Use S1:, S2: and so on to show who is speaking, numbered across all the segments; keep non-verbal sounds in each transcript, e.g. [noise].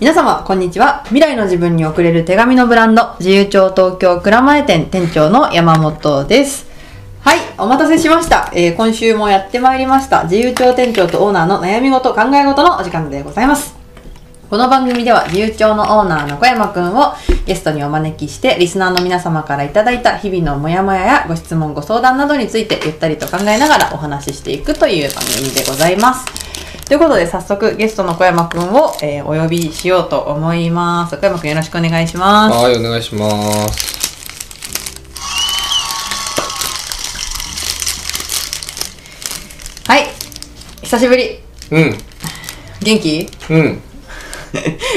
S1: 皆様こんにちは未来の自分に送れる手紙のブランド自由帳東京蔵前店店長の山本ですはいお待たせしました、えー今週もやってまいりました自由帳店長とオーナーの悩み事考え事のお時間でございますこの番組では自由帳のオーナーの小山くんをゲストにお招きしてリスナーの皆様からいただいた日々のモヤモヤやご質問ご相談などについてゆったりと考えながらお話ししていくという番組でございますということで早速ゲストの小山くんを、えーお呼びしようと思います小山くんよろしくお願いします
S2: はい、お願いします。
S1: はい久しぶり
S2: うん、
S1: 元気
S2: うん。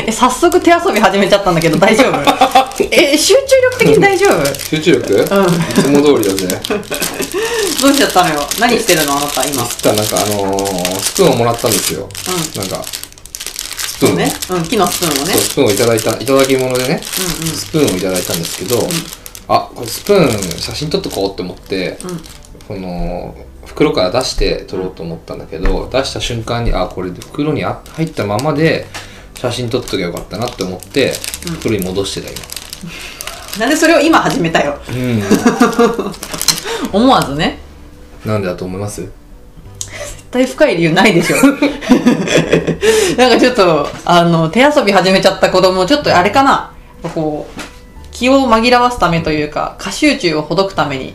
S1: え早速手遊び始めちゃったんだけど大 [laughs] 丈夫え集中力的に大丈夫
S2: 集中力、い
S1: うん
S2: つも通りだぜ。 [laughs]
S1: どうしちゃったのよ何してるのあなた今うん
S2: 実はなんかあのー、スプーンをもらったんですよ。なんか、スプーンを
S1: ね、うん、木のスプーンをね
S2: そう、スプーンをいただいた、いただき物でね、スプーンをいただいたんですけど、あ、これスプーン写真撮っとこうって思って、
S1: うん
S2: この、袋から出して撮ろうと思ったんだけど、出した瞬間に、あ、これ袋にあ入ったままで、写真撮っときゃよかったなって思って、袋に戻してた今。
S1: なんでそれを今始めたよ
S2: うん。
S1: [laughs] 思わずね
S2: なんでだと思います
S1: 絶対深い理由ないでし [laughs] ょなんかちょっとあの手遊び始めちゃった子供ちょっとあれかなこう気を紛らわすためというか過集中をほどくために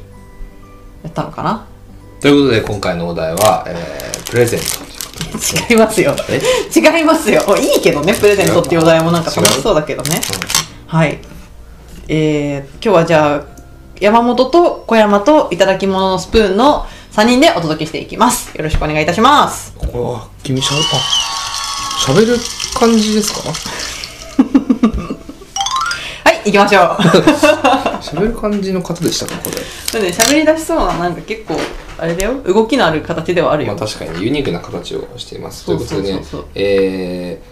S1: やったのかな
S2: ということで今回のお題は、えー、プレゼント
S1: [laughs] 違いますよ
S2: え
S1: [laughs] 違いますよいいけどねプレゼントっていうお題もなんか楽しそうだけどねはい。えー、今日はじゃあ、山本と小山といただき物のスプーンの3人でお届けしていきます。よろしくお願いいたします。
S2: ここは君しゃべあ喋る感じですか
S1: はい、行きま
S2: [laughs]
S1: しょう。
S2: [laughs] 喋る感じの方でしたかこ
S1: そうね、喋り出しそうな、なんか結構、あれだよ、動きのある形ではある
S2: れまあ
S1: よ。
S2: 確かにユニークな形をしています
S1: そうそうそうそう
S2: ということでねえ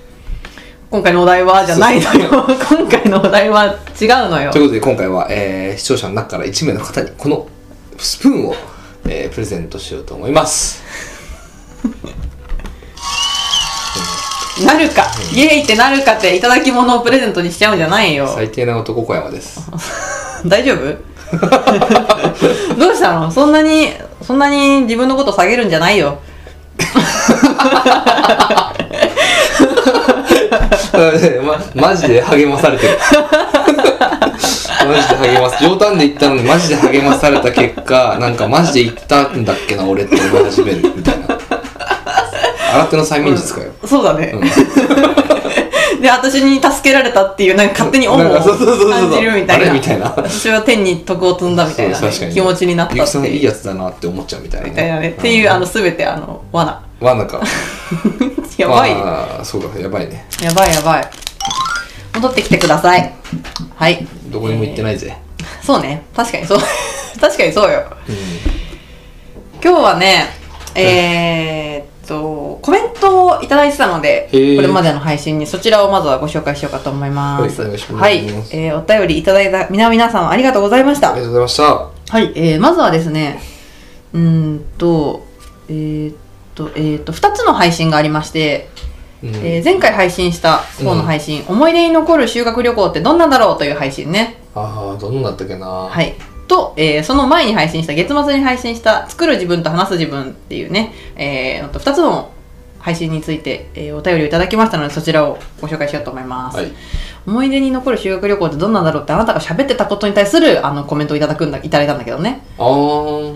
S1: 今回のお題は、じゃないのよ。今回のお題は違うのよ
S2: ー、と。いうことで今回は、えー、視聴者の中から1名の方にこのスプーンを、えー、プレゼントしようと思います
S1: なるか、イエーイってなるかって、いただき物をプレゼントにしちゃうんじゃないよ。
S2: 最低な男小山です
S1: 大丈夫
S2: [laughs]
S1: どうしたのそんなに、そんなに自分のこと下げるんじゃないよ。
S2: ま、マジで励まされてる
S1: [laughs]
S2: マジで励ます冗談で言ったのにマジで励まされた結果なんかマジで言ったんだっけな俺って思い始めるみたいな新手の催眠術かよ、
S1: そうだね。
S2: うん
S1: で、私に助けられたっていう、なんか勝手に恩
S2: な
S1: を
S2: んかそうそうそうそう
S1: 感じるみたいな。
S2: あれみたいな
S1: 私は天に徳を積んだみたいな、
S2: そう確かに
S1: 気持ちになった
S2: ゆき
S1: って
S2: さんい
S1: い。
S2: いうやつだなって思っちゃうみたいな、
S1: みたいなね。っていう、あの、すべて、あの、罠。 [laughs]
S2: わなんか
S1: やばい。
S2: あーそうだやばいね
S1: やばいやばい。戻ってきてください。はい。
S2: どこにも行ってないぜ、
S1: そうね。確かにそう。 [laughs] 確かにそうよ。今日はね、えーっと、コメントをいただいてたので、こ
S2: へー
S1: れまでの配信にそちらをまずはご紹介しようかと思います。
S2: はいお願いします
S1: はいえーお便りいただいた皆皆さんありがとうございまし
S2: あ
S1: た
S2: りが。とうございました
S1: はい、えーまずはですね、うーんと、えーっと、えーっと、2つの配信がありまして、
S2: うん
S1: えー前回配信した方の配信、思い出に残る修学旅行ってどんなだろうという配信ね。
S2: ああどんなんだったっけなは
S1: はいい。と、えーその前に配信した、月末に配信した、作る自分と話す自分っていうね、えー、2つの配信について、えーお便りをいただきましたので、そちらをご紹介しようと思います。思い出に残る修学旅行ってどんなんだろうって、あなたが喋ってたことに対するあのコメントをいただくんだ、いただいたんだけどね。
S2: あー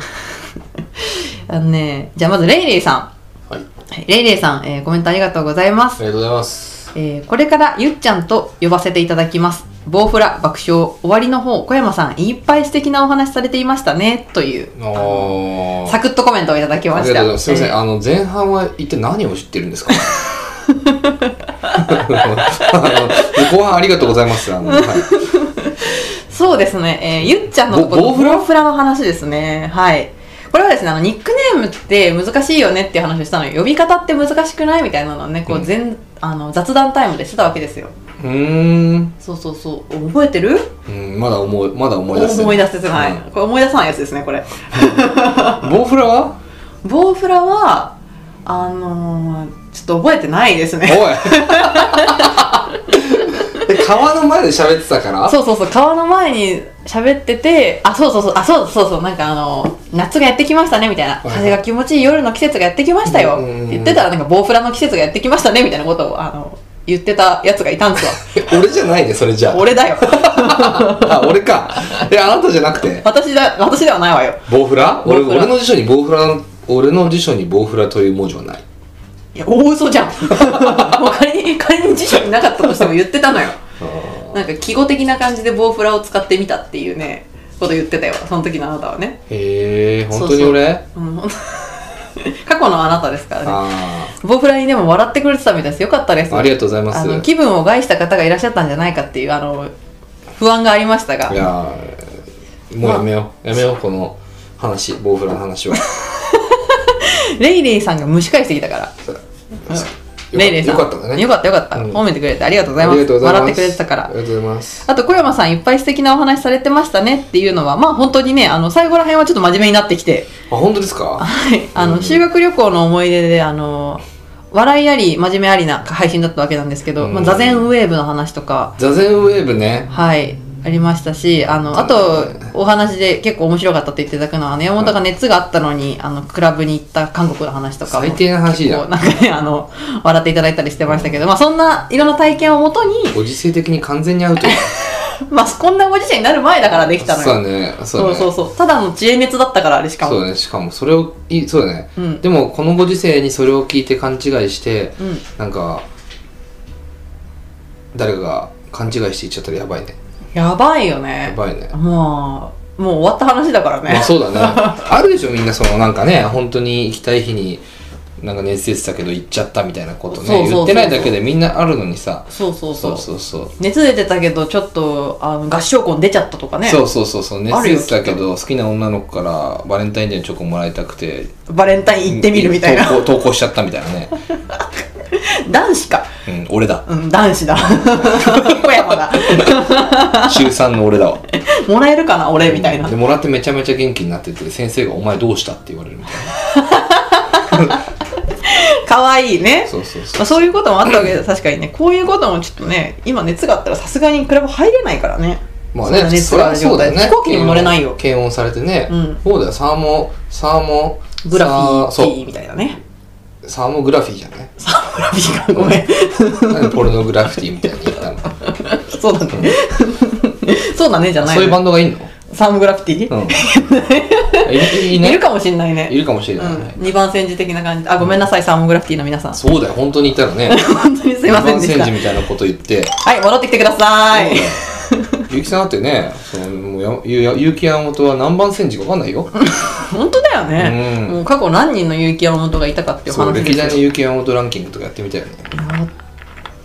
S1: あのね、じゃあまず、レイレイさ
S2: はいあり
S1: ん。はいレイレイさん、えーコメントありがとうございま
S2: が
S1: す。
S2: とうございます
S1: えーこれからゆっちゃんと呼ばせていただきます。棒フラ、爆笑、終わりの方、小山さん、いっぱい素敵なお話されていましたね、という。
S2: あー
S1: サクッとコメントをいただきま
S2: あり
S1: し
S2: が
S1: た
S2: とうございます。すみません、
S1: えー
S2: あの前半は一体何を知ってるんですか。 [laughs] あの後半ありがとうございます。あの、はい、
S1: そうですね、えーゆっちゃんのところ
S2: ぼ
S1: の
S2: ボウフラ
S1: ボウフラの話ですねはいこれはですねあのニックネームって難しいよねっていう話をしたのよ呼び方って難しくないみたいなのをねこ
S2: う
S1: うん全、あの雑談タイムでしてたわけですよ
S2: うーん、
S1: そうそうそう覚えてる
S2: うん、まだ思いまだ思い出せない。
S1: 思い出せてない、
S2: うん
S1: これ思い出さないやつですねこれ
S2: ボウフラは？
S1: ボウフラはあのーちょっと覚えてないです
S2: お
S1: ね
S2: い。 [laughs] で川の前で喋ってたから
S1: そうそうそう川の前に喋っててあそうそうそうあそうそうそうなんかあの夏がやってきましたねみたいな
S2: はい
S1: 風が気持ちいい夜の季節がやってきましたよ
S2: うんうんうん
S1: 言ってたらなんかボウフラの季節がやってきましたねみたいなことをあの言ってたやつがいたんですわ
S2: [laughs] 俺じゃないねそれじゃあ
S1: 俺だよ
S2: あ俺かえあなたじゃなくて
S1: 私だ私ではないわよ
S2: ボウフラ
S1: ボウ
S2: 俺
S1: フラ
S2: 俺の辞書にボウフラ俺の辞書にボウフラという文字はない
S1: いや大嘘じ
S2: [laughs]
S1: ゃんもう仮に仮に辞書になかったとしても言ってたのよなんか季語的な感じでボウフラを使ってみたっていうねこと言ってたよその時のあなたはね
S2: へえ本当に俺
S1: うん [laughs] ほんと過去のあなたですからね
S2: あ
S1: ボウフラにでも笑ってくれてたみたいですよかったです
S2: あありがとうございます
S1: あの気分を害した方がいらっしゃったんじゃないかっていうあの不安がありました
S2: い
S1: が
S2: やーもうやめようやめようこの話ボウフラの話は
S1: レイレイさんが蒸し返してきたからレイレイさ
S2: よ
S1: ん
S2: かったんだね
S1: よかったよかった、
S2: うん
S1: 褒めてくれてありがとうござい
S2: あ
S1: ま
S2: り
S1: す
S2: がとうございます
S1: 笑ってくれてたか
S2: あ
S1: ら
S2: りがとうございます
S1: あと小山さんいっぱい素敵なお話されてましたねっていうのはまあ本当にねあの最後ら辺はちょっと真面目になってきて
S2: あ本当ですか
S1: はいあの、修学旅行の思い出であの笑いあり真面目ありな配信だったわけなんですけど、まあ、座禅ウェーブの話とか
S2: 座禅ウェーブね
S1: はい、ありましたし、あの、あと、お話で結構面白かったって言っていただくのはね、山本が熱があったのに、あの、クラブに行った韓国の話とかも
S2: 最低な話じゃ
S1: こうんなんかね、あの、笑っていただいたりしてましたけど、まあそんな、いろんな体験をもとに、 [laughs]
S2: ご時世的に完全にアウト
S1: まあこんなご時世になる前だから [laughs] できたの
S2: そうだ
S1: よ。
S2: ねそ
S1: そう
S2: うだね
S1: そうそう。ただの知恵熱だったから、あれしか
S2: そう
S1: も。
S2: だねしかもそれをいそうだね、
S1: うん
S2: でもこのご時世にそれを聞いて勘違いして、
S1: うん
S2: なんか誰かが勘違いして言っちゃったらやばいね
S1: やばいよ
S2: や
S1: ね。
S2: ばいね
S1: もう、もう終わった話だからね。
S2: まあそ
S1: [laughs]
S2: うだねあるでしょみんなそのなんかね本当に行きたい日になんか熱出てたけど行っちゃったみたいなことね
S1: そうそうそうそう
S2: 言ってないだけでみんなあるのにさ
S1: そうそうそ
S2: そううそうそう
S1: 熱出てたけど、ちょっと、あの、合唱コン出ちゃったとかね。
S2: そうそうそうそう熱
S1: あるよ
S2: 出てたけど好きな女の子からバレンタインデーのチョコもらいたくて
S1: バレンタイン行ってみるみたいな。
S2: 投稿投稿しちゃったみた
S1: [laughs]
S2: いなね、
S1: 男子か。
S2: うん、俺だ
S1: うん、男子だ。 [laughs] 小山だ。
S2: 週3の俺だわ
S1: も [laughs] らえるかな、俺みたいな
S2: で。もらってめちゃめちゃ元気になってて先生が「お前どうした?」って言われるみたいな
S1: 可愛いね。
S2: そうそうそ
S1: まあ、そういうこともあったわ
S2: [clears throat]
S1: けで、確かにね。こういうこともちょっとね、今熱があったらさすがにクラブ入れないからね。
S2: うまあ
S1: そんな
S2: ね
S1: 熱
S2: それ
S1: があ
S2: は
S1: る
S2: そ
S1: 状
S2: うだ
S1: 態
S2: よ
S1: で
S2: ね
S1: 飛行機にも乗れないよ。
S2: 検温されてね、
S1: うん
S2: そうだよサーモサーモ
S1: グラフィ
S2: サ
S1: ー
S2: ー
S1: みたいなね。
S2: そうサーモグラフィーじゃない
S1: グラフィーがごめん。
S2: なんでポルノグラフィティみたいに言っ
S1: [laughs]
S2: たの
S1: そうだ
S2: [laughs]
S1: ね。そうだね、じゃない
S2: そういうバ
S1: の。
S2: ンドがいんの
S1: [laughs] サームグラフィテ
S2: う
S1: ィ、
S2: んいいない
S1: るかもしんないね。
S2: いるかもしれ
S1: う
S2: ない、
S1: ん、二番煎じ的な感じあごめんなさいサーモグラフィティの皆さん
S2: そうだよ本当にいたらね
S1: 本当に [laughs] すいませんでし
S2: 二
S1: た
S2: 番煎じみたいなこと言って
S1: はい戻ってきてください
S2: 結城さんだってね、そのもうやゆや結城山本は何番戦時か分か
S1: [laughs]
S2: んないよ。
S1: 本当だよね、
S2: うん
S1: もう過去何人の結城山本がいたかっていう
S2: そう
S1: 話で
S2: 歴
S1: すよ
S2: 代の結城山本ランキングとかやってみたいよね。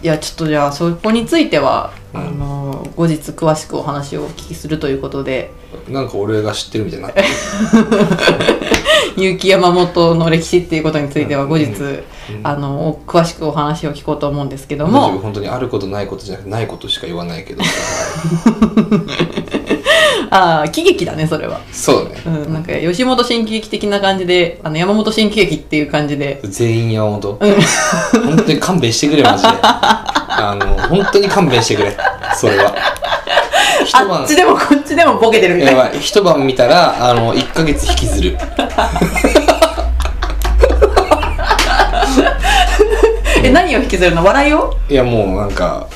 S1: いやちょっとじゃあそこについては、
S2: うん
S1: あの後日詳しくお話をお聞きするということで
S2: なんか俺が知ってるみたいになってる。
S1: 結城山本の歴史っていうことについては後日、
S2: うん
S1: あのお詳しくお話を聞こうと思うんですけど
S2: 大丈夫
S1: も
S2: 本当にあることないことじゃなくてないことしか言わないけど。 [laughs]
S1: ああ喜劇だねそれは、
S2: そうだね。
S1: うん、なんか吉本新喜劇的な感じであの山本新喜劇っていう感じで
S2: 全員山本。本当に勘弁してくれマ
S1: [laughs]
S2: ジで。あの本当に勘弁してくれ。それは。一
S1: あっちでもこっちでもボケてるみたい
S2: や
S1: な
S2: ばい一晩見たらあの1ヶ月引きずる。
S1: え何を引きずるの笑いを
S2: いやもうなんか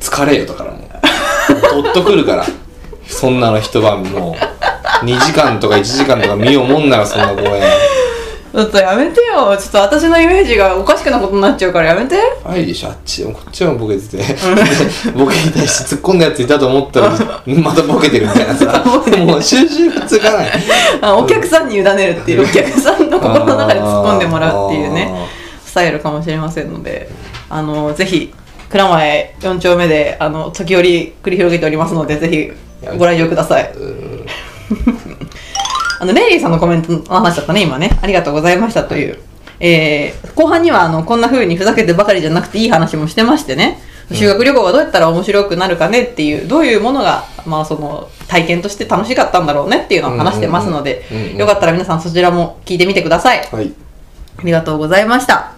S2: 疲れよだからもうどっとくるからそんなの一晩もう2時間とか1時間とか見ようもんならそんな公演
S1: ちょっとやめてよちょっと私のイメージがおかしくなことになっちゃうからやめ [laughs] て
S2: あいでしょあっちこっちはボケててで [laughs] ボケに対して突っ込んだやついたと思ったらまたボケてるみたい
S1: [laughs]
S2: なさもう収集つかない
S1: あお客さんに委ねるっていうお客さんの [laughs] 心の中で突っ込んでもらうっていうねスタイルかもしれませんのであのぜひ蔵前4丁目であの時折繰り広げておりますのでぜひご来場くださいあのレイリーさんのコメントの話だったね今ねありがとうございましたという、えー後半にはあのこんな風にふざけてばかりじゃなくていい話もしてましてね修学旅行がどうやったら面白くなるかねっていうどういうものが、まあ、その体験として楽しかったんだろうねっていうのを話してますので、
S2: うんうんうんうんうん
S1: よかったら皆さんそちらも聞いてみてください
S2: はい
S1: ありがとうございました。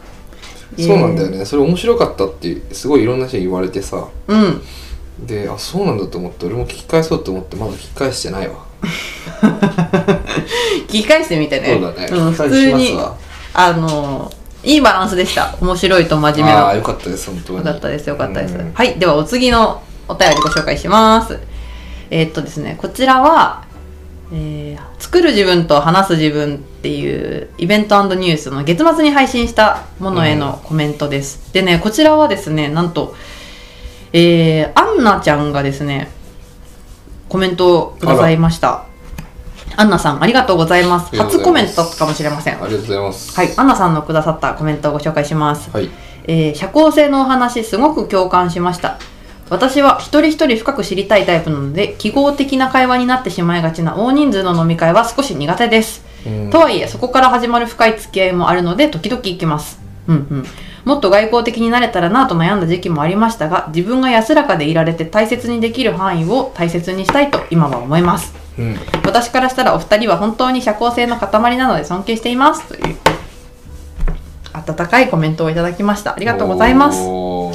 S2: そうなんだよねそれ面白かったってすごいいろんな人に言われてさ
S1: うん
S2: であそうなんだと思って俺も聞き返そうと思ってまだ聞き返してないわ
S1: 聞き返してみてね
S2: そうだね
S1: ん、
S2: 聞き返
S1: 普
S2: し
S1: 通
S2: ます
S1: に
S2: わ
S1: あのいいバランスでした面白いと真面目
S2: ああ
S1: は
S2: よかったです本当に
S1: よかったですよかったです、
S2: うん
S1: はいではお次のお便りご紹介しますえーっとですねこちらは、えー作る自分と話す自分」っていうイベントニュースの月末に配信したものへのコメントです、でねこちらはですねなんとえー、アンナちゃんがですねコメントをくださいましたアンナさんありがとうございます
S2: ありがとう
S1: 初
S2: ござ
S1: コ
S2: い
S1: メ
S2: ま
S1: ン
S2: す
S1: トだったかもしれません
S2: ありがとうございます
S1: はい、アンナさんのくださったコメントをご紹介します、
S2: はい
S1: えー社交性のお話すごく共感しました私は一人一人深く知りたいタイプなので記号的な会話になってしまいがちな大人数の飲み会は少し苦手です、
S2: うん
S1: とはいえそこから始まる深い付き合いもあるので時々行きますうんうんもっと外交的になれたらなと悩んだ時期もありましたが自分が安らかでいられて大切にできる範囲を大切にしたいと今は思います
S2: うん
S1: 私からしたらお二人は本当に社交性の塊なので尊敬していますという温かいコメントをいただきましたあ
S2: あ
S1: りがとうございます
S2: ありがとうご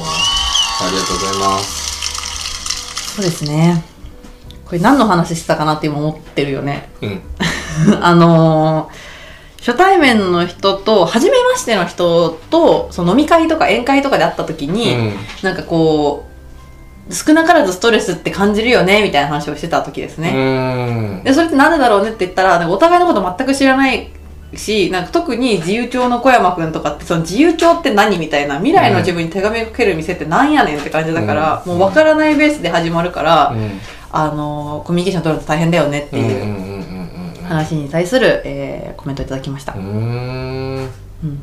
S2: ざいます
S1: そうですねこれ何の話してたかなって今思ってるよね [laughs]
S2: うん
S1: あのー初対面の人と初めましての人とその飲み会とか宴会とかで会った時に、
S2: うん
S1: なんかこう少なからずストレスって感じるよねみたいな話をしてた時ですね、
S2: うん
S1: でそれってなんでだろうねって言ったらなんかお互いのこと全く知らないしなんか特に自由帳の小山くんとかってその自由帳って何みたいな未来の自分に手紙をかける店ってなんやねんって感じだから、
S2: うん
S1: もう分からないベースで始まるから、
S2: うん
S1: あのーコミュニケーション取るの大変だよねって
S2: うんうんう
S1: いうん
S2: うんうん
S1: 話に対する、えーコメントいただきました、
S2: うーん
S1: うんうんうん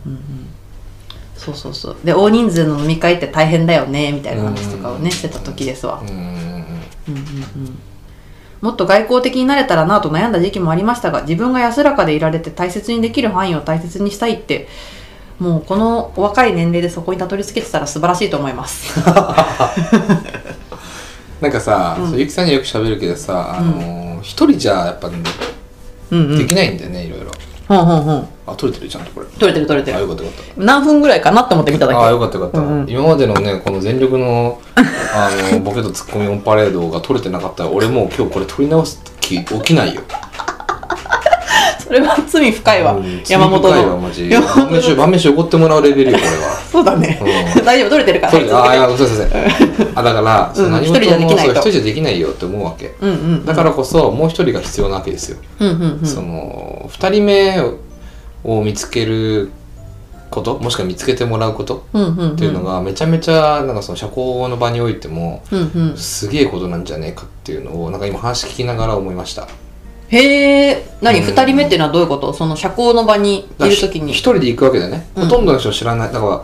S1: そうそうそうで大人数の飲み会って大変だよねみたいな話とかをね、
S2: うん
S1: してた時ですわ
S2: う、ん
S1: うんうんうんもっと外交的になれたらなと悩んだ時期もありましたが自分が安らかでいられて大切にできる範囲を大切にしたいってもうこのお若い年齢でそこにたどり着けてたら素晴らしいと思います
S2: [laughs] なんかさ、
S1: うん
S2: そうゆきさんによく喋るけどさ、あのー一人じゃやっぱね、
S1: うんうん
S2: できないんだよねいろいろ
S1: ほんほんほん
S2: あ取れてるちゃんとこれ
S1: 取れてる取れて
S2: あ
S1: る
S2: よかったよかっ
S1: 何分ぐらいかなと思って見ただ
S2: た
S1: け
S2: あよかったよかった、
S1: うんうん
S2: 今までのねこの全
S1: [laughs]
S2: 力のあのボケとツッコミオンパレードが取れてなかったら俺もう今日これ取り直す気起きないよ
S1: それは罪深いわ、
S2: うん
S1: 山本
S2: 罪深いわ
S1: の
S2: マジ
S1: 山本
S2: 晩
S1: の
S2: 飯晩飯怒ってもらうレベルよこれは
S1: そうだね、
S2: う
S1: [laughs] 大丈夫取れてるから
S2: 取れてあいやそうそう
S1: [laughs]
S2: そうあだから、そう
S1: うん
S2: 何事
S1: 一人じゃできないと
S2: もそう一人じゃできないよって思うわけ
S1: うんうんうん
S2: だからこそもう一人が必要なわけですよ
S1: うんうんうん
S2: その2人目を見つけることもしくは見つけてもらうこと
S1: うんうんうん
S2: っていうのがめちゃめちゃなんかその社交の場においても
S1: うんうん
S2: すげえことなんじゃねえかっていうのをなんか今話聞きながら思いましただか
S1: へえ何、
S2: うん
S1: 二人目っていうのはどういうことその社交の場にい
S2: ら
S1: る
S2: ひ
S1: 時に
S2: 一人で行くわけだよね、
S1: うん
S2: ほとんどの人知らないだから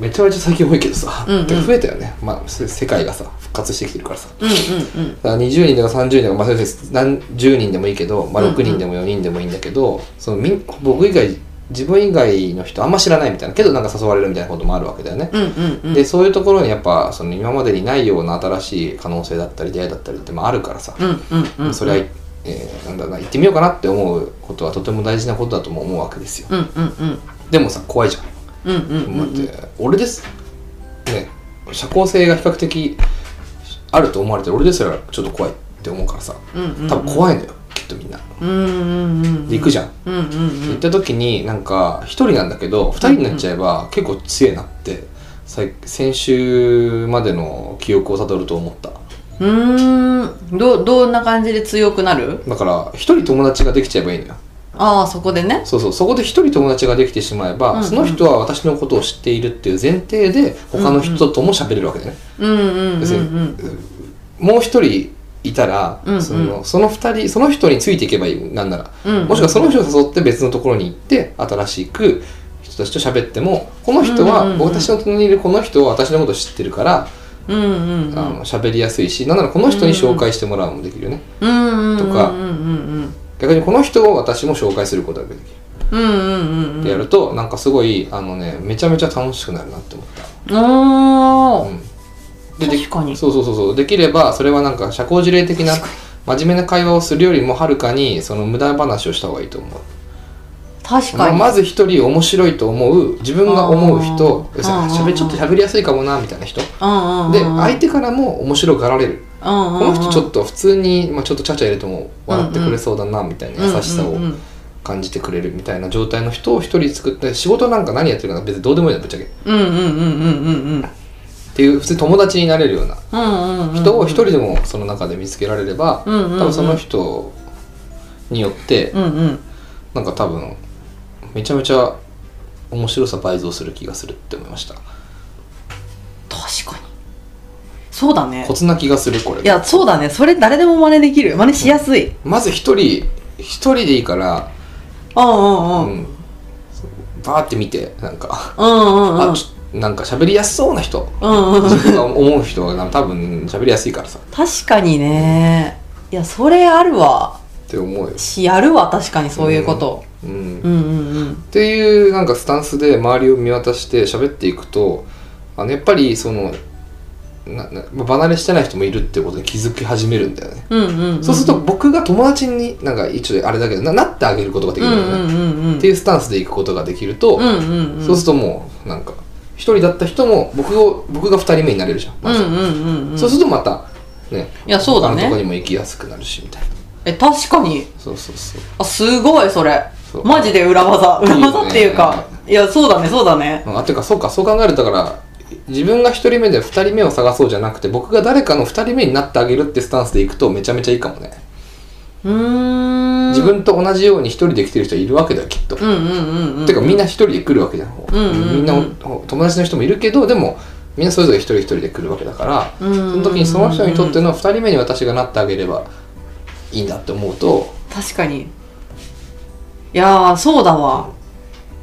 S2: めちゃめちゃ最近多いけどさ、
S1: うんうん
S2: てか増えたよね、まあ、せ世界がさ復活してきてるからさ
S1: うんうんうん
S2: だから20人とか30人とか、まあ、先生何10人でもいいけど、まあ、
S1: うんうん
S2: 6人でも4人でもいいんだけど、そのみん僕以外自分以外の人あんま知らないみたいなけどなんか誘われるみたいなこともあるわけだよね、
S1: うんうんうん
S2: でそういうところにやっぱその今までにないような新しい可能性だったり出会いだったりってまああるからさ、
S1: うんうんうん
S2: それは、えーなんだろうな行ってみようかなって思うことはとても大事なことだとも思うわけですよ
S1: うんうんうん
S2: でもさ怖いじゃん、
S1: うんうんうん
S2: 待って俺ですね社交性が比較的あると思われてる俺ですらちょっと怖いって思うからさ
S1: うんうん
S2: 多分怖いのよきっとみんな
S1: うんうんうん
S2: で行くじゃん、
S1: うんうんう
S2: 行っ
S1: ん
S2: た時になんか1人なんだけど2人になっちゃえば結構強いなってさい先週までの記憶をたどると思った
S1: うーんどうどんな感じで強くなる
S2: だから1人友達ができちゃえばいいのよ
S1: ああそこでね
S2: そうそうそこで1人友達ができてしまえば、
S1: うんうん
S2: その人は私のことを知っているっていう前提で他の人とも喋れるわけだよね、
S1: うんうんうん
S2: 別
S1: う
S2: に
S1: ん
S2: もう1人いたら、
S1: うんうん
S2: そのその2人その人についていけばいいなんなら、
S1: うん
S2: もしくはその人を誘って別のところに行って新しく人たちと喋ってもこの人は、
S1: うんうんうん
S2: 私の隣にいるこの人は私のこと知ってるから、
S1: うんうんうん
S2: あの喋りやすいしなんならこの人に紹介してもらうのもできるよね、
S1: うんうんうん
S2: とか
S1: うんうん
S2: 逆にこの人を私も紹介することができ
S1: う
S2: る
S1: んうんうんうん
S2: ってやるとなんかすごいあのねめちゃめちゃ楽しくなるなって思った、
S1: おー
S2: ん、でで
S1: 確かに
S2: そうそうそうそうできればそれはなんか社交辞令的な真面目な会話をするよりもはるかにその無駄話をした方がいいと思う
S1: 確
S2: ま
S1: か
S2: あ、
S1: に、
S2: まず一人面白いと思う自分が思う人
S1: あー
S2: 要するに
S1: あ
S2: あ
S1: ー
S2: 喋ちょっと喋りやすいかもなみたいな人で
S1: うんうんうん、
S2: 相手からも面白がられる
S1: こ
S2: この人ちょっ
S1: と
S2: と普通に、まあ、ちょっとちゃちゃ入れても笑ってくれそうだなみたいな優しさを
S1: うんうん
S2: 感じてくれるみたいな状態の人を一人作って仕事なんか何やってるか別にどうでもいいのぶっちゃけっ
S1: うんうんうんうんうんうん
S2: ていう普通に友達になれるような
S1: うんうん
S2: 人を一人でもその中で見つけられれば、
S1: うんうんうん
S2: 多分その人によって
S1: うんうん
S2: なんか多分めちゃめちゃ面白さ倍増する気がするって思いました
S1: 確かにそうだね
S2: コツな気がするこれ
S1: いやそうだねそれ誰でも真似できる真似しやすい、
S2: まず一人一人でいいから、
S1: うん、うんう
S2: うん
S1: うん
S2: ん、バーって見てなんか、
S1: うんうんうん
S2: あちょなんか喋りやすそうな人
S1: うんうん
S2: 自分が思う人が多分喋りやすいからさっ
S1: 確かにねいやそれあるわ
S2: て思うよ
S1: しやるわ確かにそういうこと、
S2: うん
S1: うん、うんうん
S2: っていうなんかスタンスで周りを見渡して喋っていくとあのやっぱりそのななまあ離れしてない人もいるってことに気づき始めるんだよね、
S1: うんうんうん
S2: そうすると僕が友達になんか一応あれだけどななってあげることがで
S1: う
S2: き
S1: ん
S2: る
S1: うん
S2: だよね、
S1: んうんうん
S2: っていうスタンスでいくことができると、
S1: うんうんうん
S2: そうするともうなんか一人だった人も僕を僕が二人目になれるじゃん、
S1: う
S2: ま
S1: ん
S2: ず
S1: うんうんうん
S2: そうするとまたね
S1: いやそうだね
S2: 他のとこにも行きやすくなるしみたいな
S1: え確かに
S2: そうそうそう
S1: あすごいそれ
S2: そう
S1: マジで裏技
S2: いい
S1: 裏
S2: よね
S1: 技っていうかいやそうだねそうだね
S2: あてかそうかそう考えるとだから自分が1人目で2人目を探そうじゃなくて僕が誰かの2人目になってあげるってスタンスでいくとめちゃめちゃいいかもね、
S1: うーん
S2: 自分と同じように1人で来てる人いるわけだよきっと、
S1: うんうんうんうん
S2: てかみんな1人で来るわけじゃん、
S1: んうんうん
S2: みんなお友達の人もいるけどでもみんなそれぞれ一人一人で来るわけだから、
S1: うんうんうんうん
S2: その時にその人にとっての2人目に私がなってあげればいいんだって思うと
S1: 確かにいやーそうだわ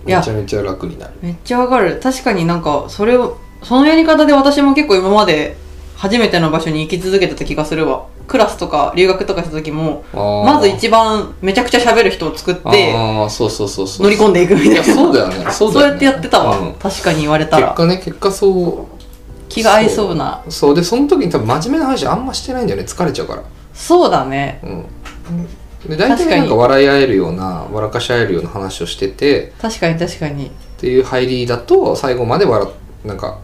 S1: い
S2: め
S1: や
S2: ちゃめちゃ楽になる
S1: めっちゃわかる確かになんかそれをそのやり方で私も結構今まで初めての場所に行き続けてた気がするわクラスとか留学とかした時もま
S2: ま
S1: ず一番めちゃくちゃ喋る人を作って
S2: あーそうそうそうそう
S1: 乗り込んでいくみたい
S2: い
S1: な
S2: やそうだよねそうだよね
S1: やってやってたわ、
S2: うん
S1: 確かに言われた
S2: 結
S1: ら
S2: 果ね結果そう
S1: 気が合いそうな
S2: そうでその時に多分真面目な話あんましてないんだよね疲れちゃうから
S1: そうだね
S2: うんで大
S1: 確
S2: 体
S1: かに
S2: なんか笑い合えるような笑かし合えるような話をしてて
S1: 確かに確かに
S2: っていう入りだと最後まで笑っなんか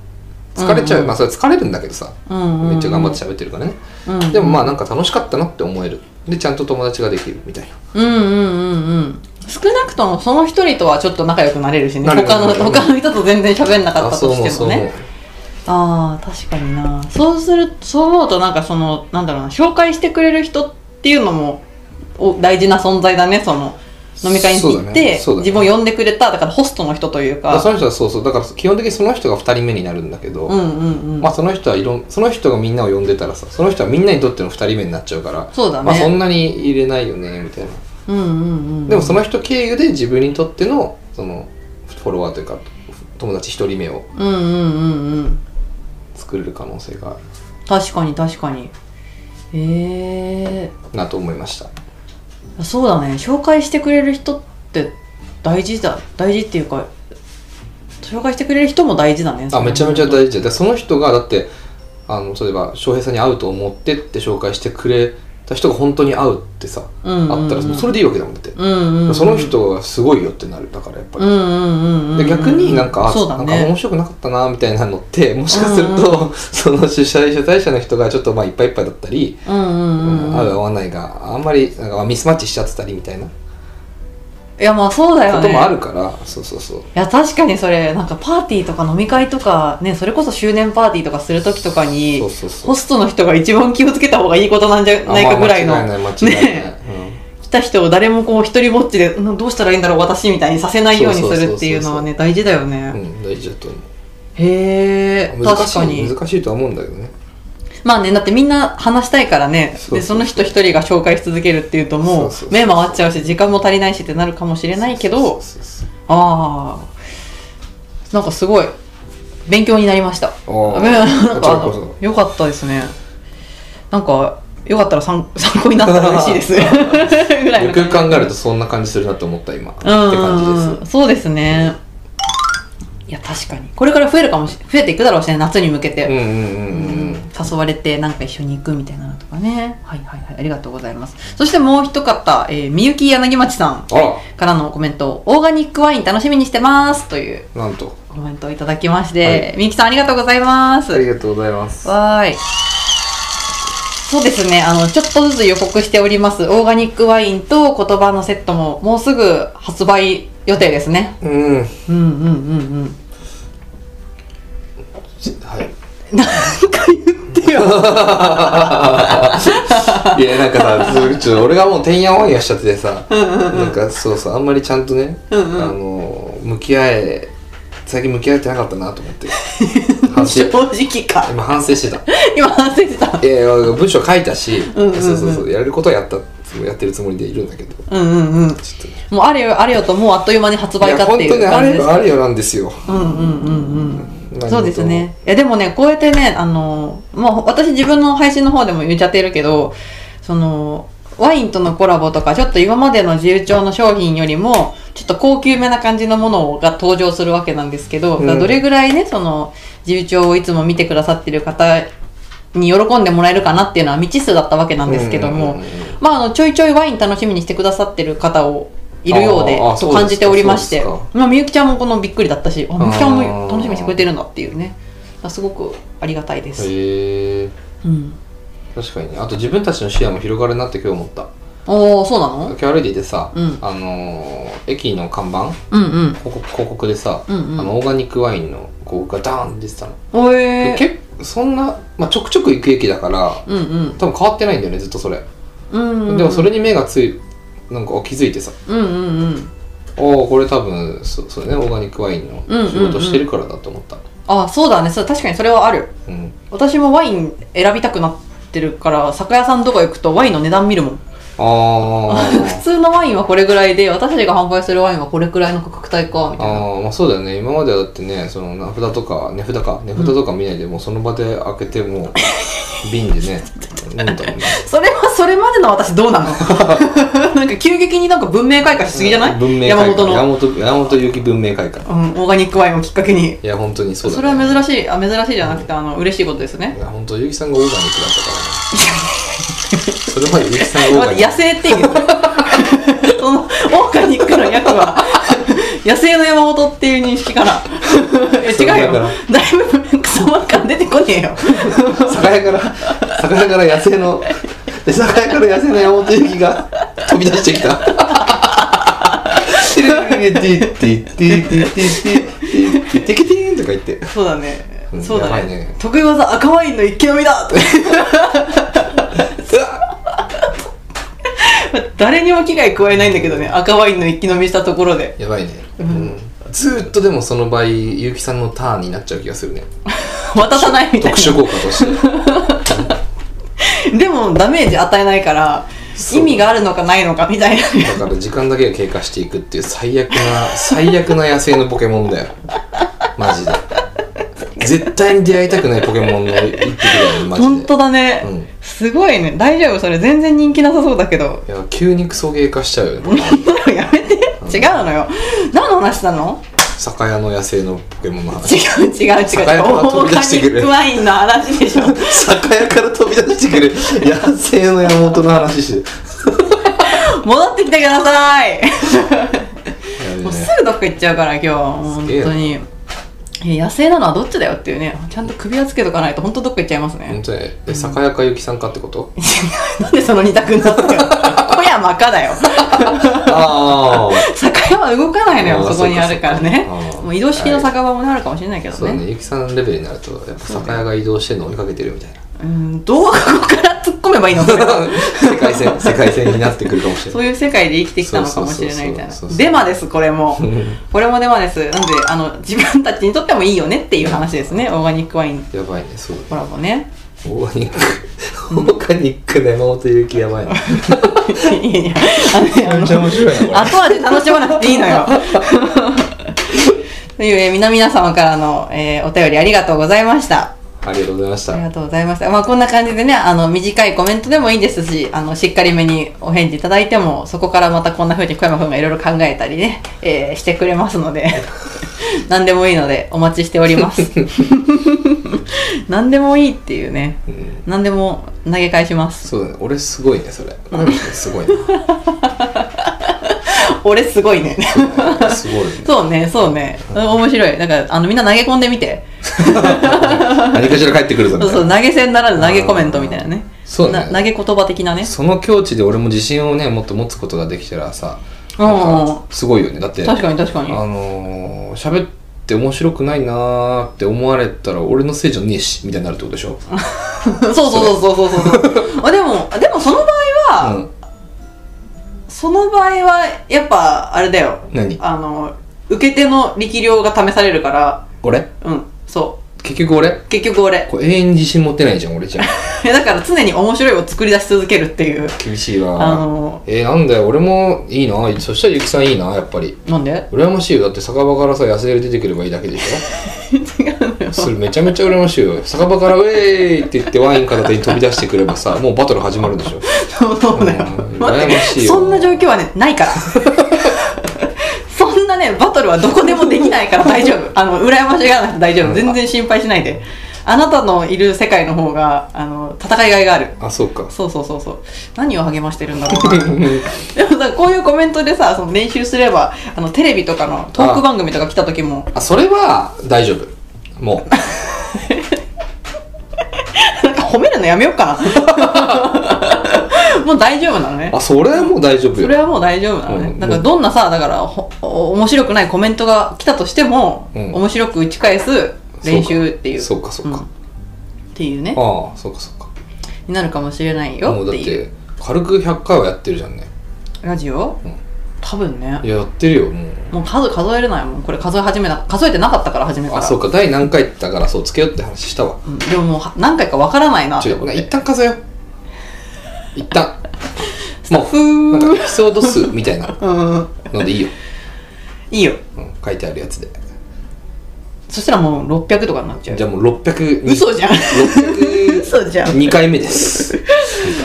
S2: 疲れちゃう、
S1: うんうん
S2: まあそれ疲れるんだけどさ
S1: うん、うん、
S2: めっちゃ頑張って喋ってるからね、
S1: うんうん
S2: でもまあなんか楽しかったなって思えるでちゃんと友達ができるみたいな
S1: うんうんうんうん少なくともその一人とはちょっと仲良くなれるしね
S2: なれる
S1: 他の他の人と全然喋んなかった
S2: そ
S1: と
S2: う
S1: してもね
S2: そう思う
S1: ああ確かになそうするそう思うとなんかそのなんだろうな紹介してくれる人っていうのもお大事な存在だねその飲み会に
S2: そ
S1: 行
S2: うだ
S1: っ
S2: ね
S1: て、
S2: そうだね
S1: 自分を呼んでくれただからホストの人という
S2: だから
S1: か
S2: その人はそうそうだから基本的にその人が2人目になるんだけど、
S1: うんうんうん、
S2: まあその人はいろんその人がみんなを呼んでたらさその人はみんなにとっての2人目になっちゃうから
S1: そうだね、
S2: まあそんなに入れないよねみたいな
S1: うんうんうん
S2: でもその人経由で自分にとってのそのフォロワーというか友達1人目を
S1: うんうんうんうん
S2: 作れる可能性があ
S1: 確かに確かにえ
S2: るなと思いました
S1: ー、そうだね紹介してくれる人って大事だ大事っていうか紹介してくれる人も大事だね
S2: あめちゃめちゃ
S1: 事
S2: 大事だでその人がだってあの例えば翔平さんに会うと思ってって紹介してくれた人が本当に会うってさ、
S1: うんうんうん
S2: あったらもうそれでいいわけだもんだって、
S1: うんうん、うん、
S2: その人がすごいよってなるだからやっぱり、
S1: うんうんうんうん
S2: で逆になんか、あ
S1: そうだ
S2: なんか面
S1: ね
S2: 白くなかったなみたいなのってもしかすると、その主催主催者の人がちょっとまあいっぱいいっぱいだったり、
S1: うんうんうんうん
S2: 合う合わないがあんまりなんかミスマッチしちゃってたりみたいない
S1: やまあそうだよ
S2: こ
S1: ね
S2: ともあるから、そうそうそう
S1: いや確かにそれなんかパーティーとか飲み会とかねそれこそ周年パーティーとかする時とかに
S2: そうそうそう
S1: ホストの人が一番気をつけた方がいいことなんじゃ
S2: あ
S1: ないかぐらいの
S2: まあ間違いない間違いない、
S1: ね来た人を誰もこう一人ぼっちでうんどうしたらいいんだろう私みたいにさせないようにするっていうのはね大事だよ
S2: うん、
S1: ね、
S2: うん、大事だと思う
S1: へえ
S2: 難
S1: 確
S2: し
S1: か
S2: い
S1: に
S2: 難しいとは思うんだけどね
S1: まあねだってみんな話したいからね
S2: そうそう
S1: でその人一人が紹介し続けるっていうとも
S2: そうそうそうう
S1: 目回っちゃうし時間も足りないしってなるかもしれないけど
S2: そうそう
S1: ああなんかすごい勉強になりました
S2: おー
S1: ね [laughs] なん
S2: こちら
S1: か
S2: こそ
S1: よかったですねなんかよかったら参参考になったら嬉しいです [laughs]
S2: [laughs]
S1: ぐらい
S2: よ
S1: の感
S2: くよく
S1: じ
S2: 考えるとそんな感じするなと思った今って
S1: うん
S2: 感じです
S1: そうですねいや確かにこれから増えるかもし増えていくだろうしね夏に向け
S2: うん
S1: て、
S2: うんうんうんうん
S1: 誘われてなんか一緒に行くみたいなのとかねはいはいはいありがとうございますそしてもう一方、えー、みゆき柳町さん
S2: あら
S1: からのコメントオーガニックワイン楽しみにしてますという
S2: なんと
S1: コメントをいただきまして、みゆきさんありがとうございます
S2: ありがとうございます
S1: わーい。そうですね。あの、ちょっとずつ予告しております。オーガニックワインと言葉のセットも、もうすぐ発売予定ですね。
S2: うんは
S1: うんうんうんうん。
S2: い
S1: なんか言ってよ。
S2: [laughs] いやなんかさちょっと俺がもうてんやわんやしちゃっててさなんかそうそうあんまりちゃんとね、あの向き合え最近向き合えてなかったなと思って反
S1: [laughs]
S2: 省
S1: 正直
S2: [laughs]
S1: か。
S2: 今反省してた
S1: 今反省してた。
S2: いやいや文章書いたし
S1: うんうんうん
S2: そうそうそうやれることはやったつもやってるつもりでいるんだけどちょっ
S1: うんうんうん。
S2: とね
S1: もうあれよあれよともうあっという間に発
S2: い
S1: 売
S2: や
S1: かっ
S2: 本
S1: てい
S2: 当
S1: う
S2: ねあ
S1: 感じ
S2: れ
S1: です
S2: よ。あれよなんですよ
S1: うんうんうんうん。
S2: 何事も
S1: そうですね。いや、でもね、こうやってね、あの、もう私自分の配信の方でも言っちゃってるけど、その、ワインとのコラボとか、ちょっと今までの自由帳の商品よりも、ちょっと高級めな感じのものが登場するわけなんですけど、
S2: うん
S1: どれぐらいね、その、自由帳をいつも見てくださってる方に喜んでもらえるかなっていうのは未知数だったわけなんですけども、
S2: うんうんうんうん
S1: まあ、あの、ちょいちょいワイン楽しみにしてくださってる方を、いるようで
S2: あーあー
S1: と
S2: そうですか
S1: 感じておりまして
S2: そうです、
S1: まあ、みゆきちゃんもこのびっくりだったし、あ、みゆきちゃんも楽しみにしてくれてるんだっていうね、すごくありがたいです。
S2: へえ
S1: うん。
S2: 確かにねあと自分たちの視野も広がるなって今日思った
S1: おー、そうなの
S2: 今日歩いていてさ、
S1: うん
S2: あのー駅の看板
S1: うんうん。
S2: 広告広告でさ、
S1: うんうん
S2: あのオーガニックワインの広告がダーンって出てたの、
S1: お
S2: で
S1: えー。
S2: 結構そんな、まあ、ちょくちょく行く駅だから
S1: うんうん。
S2: 多分変わってないんだよねずっとそれ、
S1: うん、うん。
S2: でもそれに目がついなんか気づいてさ
S1: うんうんうん。
S2: おおこれ多分そそうねオーガニックワインの
S1: うんうんうん
S2: 仕事してるからだと思った、
S1: あ、そうだね。そう確かにそれはある。
S2: うん
S1: 私もワイン選びたくなってるから、酒屋さんとか行くとワインの値段見るもん。
S2: あ
S1: [laughs] 普通のワインはこれぐらいで、私たちが販売するワインはこれくらいの価格帯か、みた
S2: あ
S1: いな。
S2: あーまあそうだよね今まではだってねその名札とか値札か値札とか見ないで、もうその場で開け
S1: [laughs]
S2: てもう瓶でね飲んだもんね
S1: それはそれまでの私どうな
S2: [laughs]
S1: のなんか急激になんか文明開化しすぎじゃない
S2: 文明
S1: 山
S2: 開
S1: 本
S2: 化
S1: の
S2: 山本山本ゆき文明開化
S1: うん、オーガニックワインをきっかけに。
S2: いや本当にそ
S1: そう
S2: だ、ね、
S1: れは珍しい、あ、珍しいじゃなくて、あの、嬉しいことですね。
S2: いや本当ゆきさんがオーガニックだったからね
S1: [laughs]
S2: それまでゆきさんがオーガ
S1: 待っ
S2: ニ
S1: て
S2: ッ
S1: 野生っていう。 [laughs] その、オーガニックの役は、 [laughs] 野生の山本っていう認識
S2: [laughs]
S1: から。え、
S2: そう
S1: 違うよ。
S2: だから
S1: だいぶ、草間感出てこねえよ。
S2: ク酒屋から酒屋から野生ので酒屋から野生の山本ゆきが飛び出してきたテレビでティッティッティッティッティッティッティッテキティーンとか言って
S1: そうだね
S2: う。ん
S1: そうだ
S2: やば
S1: ね。
S2: いね
S1: 得意技赤ワインの一気飲み
S2: [laughs]
S1: だ
S2: うわ
S1: 誰にも危害加えないんだけどね、赤ワインの一気飲みしたところで。
S2: やばいね、うん、ずーっとでもその場合ゆきさんのターンになっちゃう気がするね
S1: 渡さないみたい
S2: 特
S1: な。
S2: 殊効果として
S1: でもダメージ与えないから
S2: そう
S1: 意味があるのかないのかみたいな
S2: だから時間だけが経過していくっていう最悪な最悪な野生のポケモンだよマジで絶対に出会いたくないポケモンの一匹だよねマジで
S1: 本当だね、
S2: うん
S1: すごいね大丈夫それ全然人気なさそうだけど
S2: いや急にクソゲー化しちゃうよね
S1: やめて違うのよ何の話なの
S2: 酒屋の野生のポケモンの話
S1: 違う違う違うオ
S2: 酒屋から飛
S1: ー
S2: び出
S1: ガ
S2: し
S1: ニ
S2: てくる
S1: ックワインの話でしょ
S2: 酒屋から飛び出してくる野生の山本の話して
S1: 戻ってきてください
S2: やべえ
S1: もうす
S2: ね
S1: ぐどっか行っちゃうから今日本
S2: すげえな
S1: 当にいや野生なのはどっちだよっていうねちゃんと首輪つけとかないと本当どっか行っちゃいますね
S2: 本当ねえ酒屋かゆきさんかってこと
S1: なんでその二択になって
S2: [laughs]
S1: るの小山かだよ
S2: ああ
S1: 酒屋は動かないの
S2: あ
S1: よ
S2: ー
S1: そこにあるからね
S2: そうかそうか
S1: [laughs] もう移動式の酒場もねあるかもしれないけど
S2: そうだ
S1: ね
S2: ねゆきさんレベルになるとやっぱ酒屋が移動してるの追いかけてるみたいな
S1: うんどうここから突っ込めばいいのそれ
S2: [laughs] 世界線世界線になってくるかもしれ
S1: [laughs] そ
S2: ないう
S1: いう世界で生きてきたのかもしれないみたいな
S2: そうそうそうそう
S1: デマですこれも
S2: ん
S1: これもデマですなんであの自分たちにとってもいいよねっていう話ですねオーガニックワイン
S2: やばいねそう
S1: コラボね
S2: オーガニックオーガニックの山本ゆきやばいない
S1: やいやあのねあの
S2: 面白いな
S1: 後味楽しまなくていいの [laughs] よという、えー皆皆様からの、えーお便りありがとうございました
S2: ありがとうございまし
S1: あり
S2: た
S1: がとうございました。まあこんな感じでね、あの短いコメントでもいいですし、あのしっかりめにお返事いただいても、そこからまたこんな風に小山くんがいろいろ考えたりね、えーしてくれますので、 [laughs] 何でもいいのでお待ちしております [laughs] 何でもいいっていうね
S2: うん
S1: 何でも投げ返します
S2: そうだね俺すごいねそれすごいね
S1: [laughs] 俺すごいね
S2: すごいね
S1: そうねそうね面白いなんかあのみんな投げ込んでみて
S2: 何かしら帰ってくるぞみ
S1: そう
S2: たい
S1: そう
S2: な
S1: 投げ銭ならぬ投げコメントみたいなね
S2: そうね
S1: な投げ言葉的なね
S2: その境地で俺も自信をねもっと持つことができたらさ
S1: うん
S2: なんかすごいよねだって
S1: 確かに確かに
S2: あのー喋って面白くないなーって思われたら俺のせいじゃねえしみたいになるってことでしょ
S1: [laughs] そうそうそうそうそうそうあでもあでもその場合は、
S2: うん
S1: その場合はやっぱあれだよ
S2: 何
S1: あの受け手の力量が試されるから
S2: 俺
S1: うんそ
S2: 結局俺
S1: う結局俺 [laughs]
S2: これ永遠に自信持てないじゃん俺じゃん
S1: だから常に面白いを作り出し続けるっていう
S2: 厳しいわ
S1: あの
S2: えー、なんだよ俺もいいなそしたらゆきさんいいなやっぱり
S1: なん [laughs] で
S2: 羨ましいよだって酒場からさ痩せる出てくればいいだけでしょ
S1: 違う [laughs] のよ
S2: それめちゃめちゃ羨ましいよ酒場から「ウェーイ!」って言ってワイン片手に飛び出してくればさもうバトル始まるでしょ
S1: そうだよ
S2: うん
S1: 待っ
S2: 羨ましていよ
S1: そんな状況はねないから [laughs] そんなねバトルはどこでもできない
S2: [laughs]
S1: から大丈夫あの羨ましがらなくて大丈
S2: う
S1: 夫
S2: ん
S1: 全然心配しないであなたのいる世界の方があの戦いがいがある
S2: あそうか
S1: そうそうそうそう何を励ましてるんだろう
S2: [laughs]
S1: なでもさこういうコメントでさその練習すればあのテレビとかのトーク番組とか来た時も
S2: あそれは大丈夫
S1: [laughs]
S2: もう
S1: なんか褒めるのやめよう
S2: [laughs]
S1: かなもう大丈夫なのね
S2: あそれはもう大丈夫
S1: そ
S2: よ
S1: れはもう大丈夫なのね、
S2: うん
S1: なんかどんなさだからほお面白くないコメントが来たとしても、
S2: うん
S1: 面白く打ち返す練習っていう
S2: そうかそうか、
S1: うんっていうね
S2: ああそうかそうか
S1: になるかもしれないよ
S2: もう
S1: っ
S2: だって
S1: いう
S2: て軽く100回はやってるじゃんね
S1: ラジオ、
S2: うん
S1: 多分ね
S2: いややってるよもう
S1: もう数数えれないもんこれ数え始めな数えてなかったから初めから
S2: あそうか第何回だからそうつけようって話したわ
S1: うんでももうは何回かわからないなっ
S2: ち
S1: て
S2: ょ
S1: 思っ
S2: 一
S1: て
S2: 旦数えよう一
S1: [laughs]
S2: 旦もう
S1: ふ
S2: なん
S1: ー
S2: かエピソード数みたいな
S1: うん
S2: のでいいよ、
S1: いいよ
S2: うん、書いてあるやつで
S1: そしたらもう600とかになっちゃう
S2: じゃあもう600
S1: 嘘じゃん
S2: 602
S1: 嘘じゃん
S2: 回目です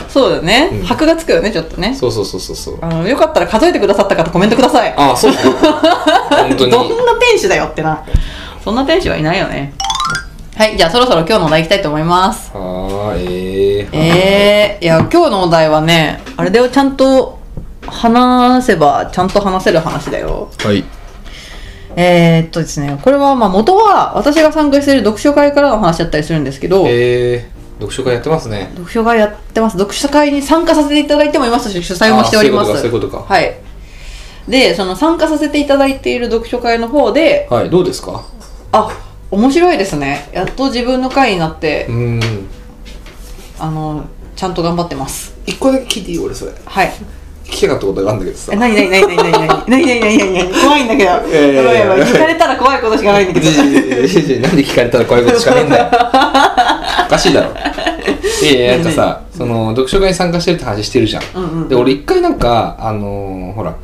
S1: そうだね、
S2: うん
S1: 箔がつくよねちょっとね
S2: そうそうそうそうそう
S1: あのよかったら数えてくださった方コメントください
S2: ああそうか
S1: [laughs]
S2: 本当に
S1: どんな天使だよってなそんな天使はいないよねはいじゃあそろそろ今日のお題いきたいと思います
S2: はーいえー、
S1: えー、いや今日のお題はねあれだよちゃんと話せばちゃんと話せる話だよ
S2: はい
S1: えー、っとですねこれはまあ元は私が参加している読書会からの話だったりするんですけど、
S2: えー、読書会やってますね
S1: 読書会やってます読書会に参加させていただいてもいますし主催もしております
S2: あーそういうことかそういうこと
S1: はいでその参加させていただいている読書会の方で
S2: はいどうですか
S1: あ面白いですねやっと自分の会になって
S2: うーん
S1: あのちゃんと頑張ってます
S2: 一個だけ聞いていい俺それ
S1: はい
S2: 聞きたかったことがあるんだけどさ
S1: えなになになになになになになになになになに怖いんだけどやば
S2: いや
S1: い
S2: いや
S1: や
S2: いや
S1: ばい聞かれたら怖いことしかないんだけど
S2: いやいやいやいやなんで聞かれたらこういうことしかねえん [laughs] だよおかしいだろいやいやなんかさその読書会に参加してるって話してるじゃん、
S1: うんうん
S2: で俺一回なんかあのーほら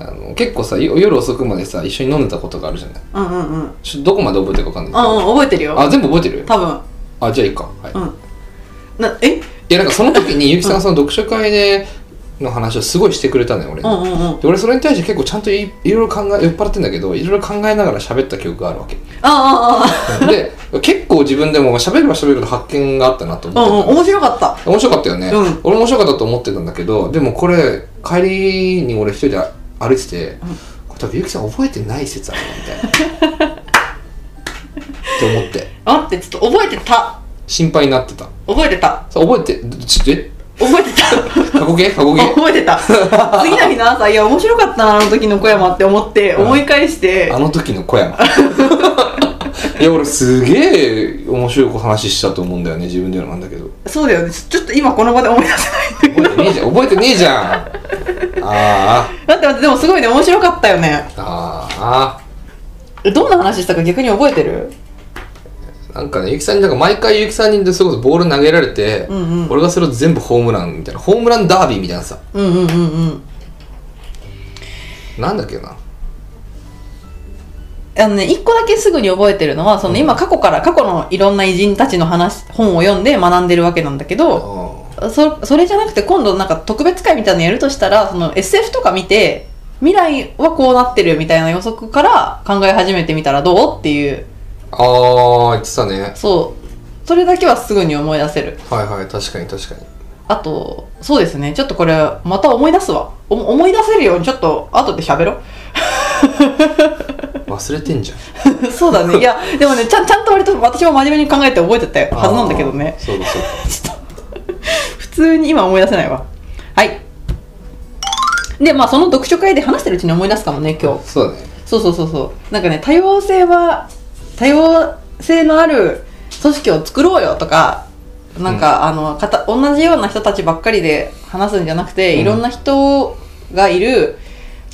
S2: あの結構さよ夜遅くまでさ一緒に飲んでたことがあるじゃない
S1: うんうんうん
S2: ちょっとどこまで覚えてるかわかんない
S1: あうん覚えてる
S2: け
S1: よ
S2: どあ全部覚えてる
S1: 多分
S2: あじゃあいいかはい、
S1: う
S2: い
S1: んなえ
S2: やなんかその時にゆきさんがその読書会での話をすごいしてくれたのよ俺に、
S1: うんうんうん
S2: で俺それに対して結構ちゃんといいいろいろ考え酔っ払ってんだけどいろいろ考えながら喋った記憶があるわけ
S1: ああ
S2: で結構自分でも喋れば喋ると発見があったなと
S1: あああ
S2: 思
S1: う
S2: って
S1: んうん面白
S2: た
S1: かった
S2: 面白かったよね、
S1: うん
S2: 俺も面白かったと思ってたんだけどでもこれ帰りに俺一人で歩いてて、これ多分ゆきさん覚えてない説あるなみたいなって思って
S1: 待ってちょっと覚えてた
S2: 心配になってた
S1: 覚えてた
S2: さ覚えてちょっとえ
S1: 覚えてた
S2: 過去形過去形
S1: 覚えてた次の日の朝いや面白かったなあの時の小山って思って
S2: うん
S1: 思い返して、
S2: あの時の
S1: [laughs]
S2: 小山いや俺すげえ面白い話したと思うんだよね自分で言うのもなんだけど
S1: そうだよねちょちょっと今この場で思い出せないんだけど
S2: 覚えてねえじゃん覚えてねえじゃんあー
S1: 待って待ってでもすごいね面白かったよね
S2: あーあー
S1: えどんな話したか逆に覚えてる
S2: なんかね、ゆきさんになんか毎回ゆきさんにでそれこそボール投げられて、
S1: うんうん
S2: 俺がそれを全部ホームランみたいなホームランダービーみたいなさ
S1: うんうんうんうん
S2: なんだっけな
S1: あのね一個だけすぐに覚えてるのはその今過去から過去のいろんな偉人たちの話本を読んで学んでるわけなんだけ
S2: あ
S1: ど
S2: ー
S1: そそれじゃなくて今度なんか特別会みたいなのやるとしたらその SF とか見て未来はこうなってるみたいな予測から考え始めてみたらどうっていう
S2: ああ言ってたね
S1: そうそれだけはすぐに思い出せる
S2: はいはい確かに確かに
S1: あとそうですねちょっとこれまた思い出すわお思い出せるようにちょっと後で喋ろう
S2: 忘れ
S1: [laughs]
S2: てんじゃん
S1: そうだねいやでもねちゃんちゃんと割と私も真面目に考えて覚えてたはずなんだけどね
S2: あーそうだそうだ
S1: 普通に今思い出せないわはいでまあその読書会で話してるうちに思い出すかもね今日
S2: そうだね
S1: そうそうそうそうなんかね多様性は多様性のある組織を作ろうよとかなんか、あのかた同じような人たちばっかりで話すんじゃなくて、
S2: うん
S1: いろんな人がいる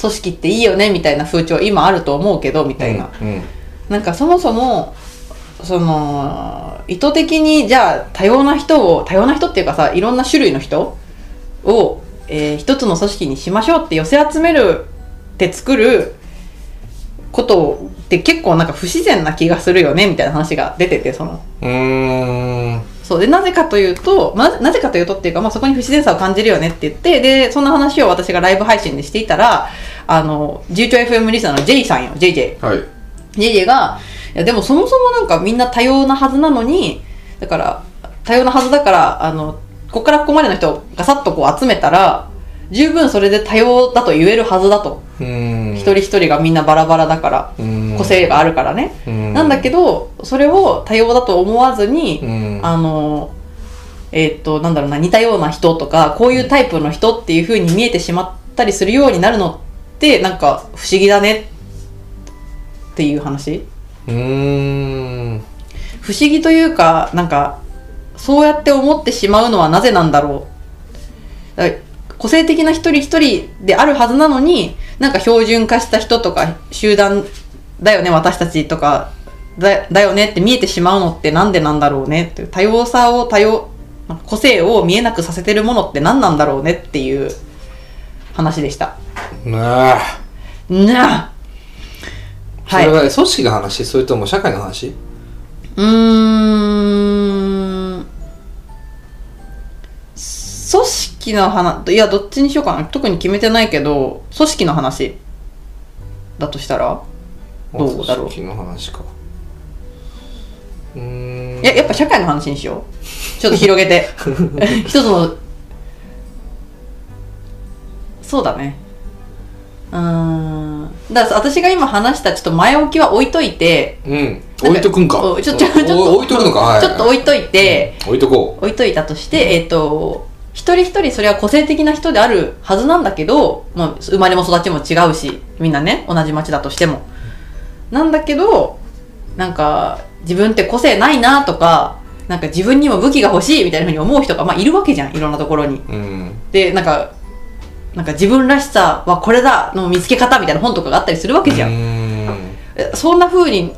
S1: 組織っていいよねみたいな風潮今あると思うけどみたいな、
S2: うんうん
S1: なんかそもそもその意図的にじゃあ多様な人を多様な人っていうかさいろんな種類の人を、えー一つの組織にしましょうって寄せ集めるって作ることって結構なんか不自然な気がするよねみたいな話が出ててその
S2: うーん
S1: そうでなぜかというと、まあなぜかというとっていうか、まあ、そこに不自然さを感じるよねって言ってでそんな話を私がライブ配信でしていたらあの 11FM リスナーの J さんよ JJ
S2: はい
S1: ジェジェが、いやでもそもそもなんかみんな多様なはずなのに、だから、多様なはずだから、あの、ここからここまでの人をガサッとこう集めたら、十分それで多様だと言えるはずだと。
S2: うーん
S1: 一人一人がみんなバラバラだから、
S2: 個
S1: 個性があるからね。なんだけ
S2: ど
S1: ど、それを多様だと思わずに、
S2: うん
S1: あの、えーっと、なんだろうな、似たような人とか、こういうタイプの人っていう風に見えてしまったりするようになるのって、なんか不思議だねっていう話。
S2: うーん
S1: 不思議というかなんかそうやって思ってしまうのはなぜなんだろうだから個性的な一人一人であるはずなのになんか標準化した人とか集団だよね私たちとかだだよねって見えてしまうのってなんでなんだろうねっていう多様さを多様なんか個性を見えなくさせてるものって何なんだろうねっていう話でした
S2: なあ
S1: なあ
S2: それは組織の話それとも社会の話
S1: うーん組織の話いやどっちにしようかな特に決めてないけど組織の話だとしたらどうだろう
S2: 組織の話かうーん
S1: いややっぱ社会の話にしようちょっと広げて
S2: [laughs]
S1: 一つのそうだねうーんだから私が今話したちょっと前置きは置いといて
S2: うん置いとくんか
S1: おちょちょちょっ
S2: お
S1: と
S2: 置いとくのかはい
S1: ちょっと置いといて、
S2: 置いとこ
S1: 置いといたとして、えっ、と、一人一人それは個性的な人であるはずなんだけど、まあ、生まれも育ちも違うし、みんなね、同じ町だとしても。なんだけど、なんか、自分って個性ないなとか、なんか自分にも武器が欲しいみたいな風に思う人が、まあ、いるわけじゃん、いろんなところに。
S2: ううん
S1: で、なんか、なんか自分らしさはこれだの見つけ方みたいな本とかがあったりするわけじゃん
S2: う。ーん
S1: えそんな風に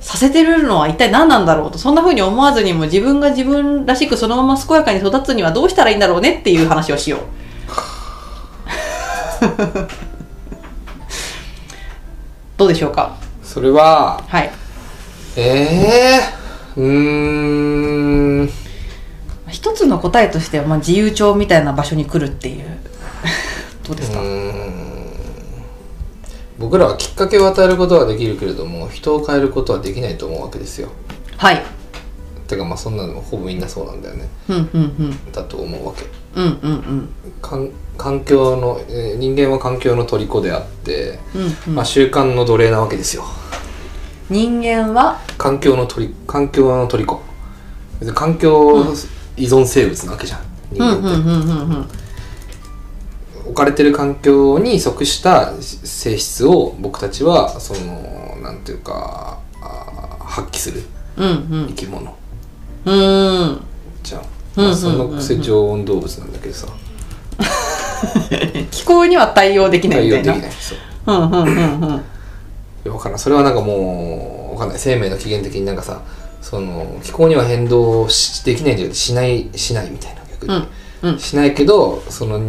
S1: させてるのは一体何なんだろうとそんな風に思わずにも自分が自分らしくそのまま健やかに育つにはどうしたらいいんだろうねっていう話をしようどうでしょうか
S2: それは
S1: はい
S2: ええうーん
S1: 一つの答えとしては、まあ、自由帳みたいな場所に来るっていうどうですか、
S2: 僕らはきっかけを与えることはできるけれども人を変えることはできないと思うわけですよ
S1: はい
S2: てかまあそんなのほぼみんなそうなんだよね
S1: うんうん
S2: だと思うわけ
S1: うんうんうんうん
S2: かん環境の、えー人間は環境の虜であって、
S1: うんう
S2: ま
S1: ん
S2: あ、習慣の奴隷なわけですよ
S1: 人間は
S2: 環境の鳥環境の虜別に環境依存生物なわけじゃん人
S1: うん
S2: 間
S1: う
S2: っ
S1: ん
S2: て、
S1: うんうんうん
S2: 置かれてる環境に即した性質を僕たちはそのなんていうかあー発揮する
S1: うん
S2: 生き物
S1: うんうん
S2: じゃん、
S1: うん
S2: まあ、そのくせ常温動物なんだけどさ
S1: 気候には対応できない
S2: 対
S1: みた
S2: 応で
S1: い
S2: き
S1: な
S2: ないそう
S1: うんうんうんうん
S2: いやわからんそれはなんかもうわかんない生命の起源的になんかさその気候には変動しできないんだけどしないしないみたいな逆に、
S1: うんうん
S2: しないけどそのう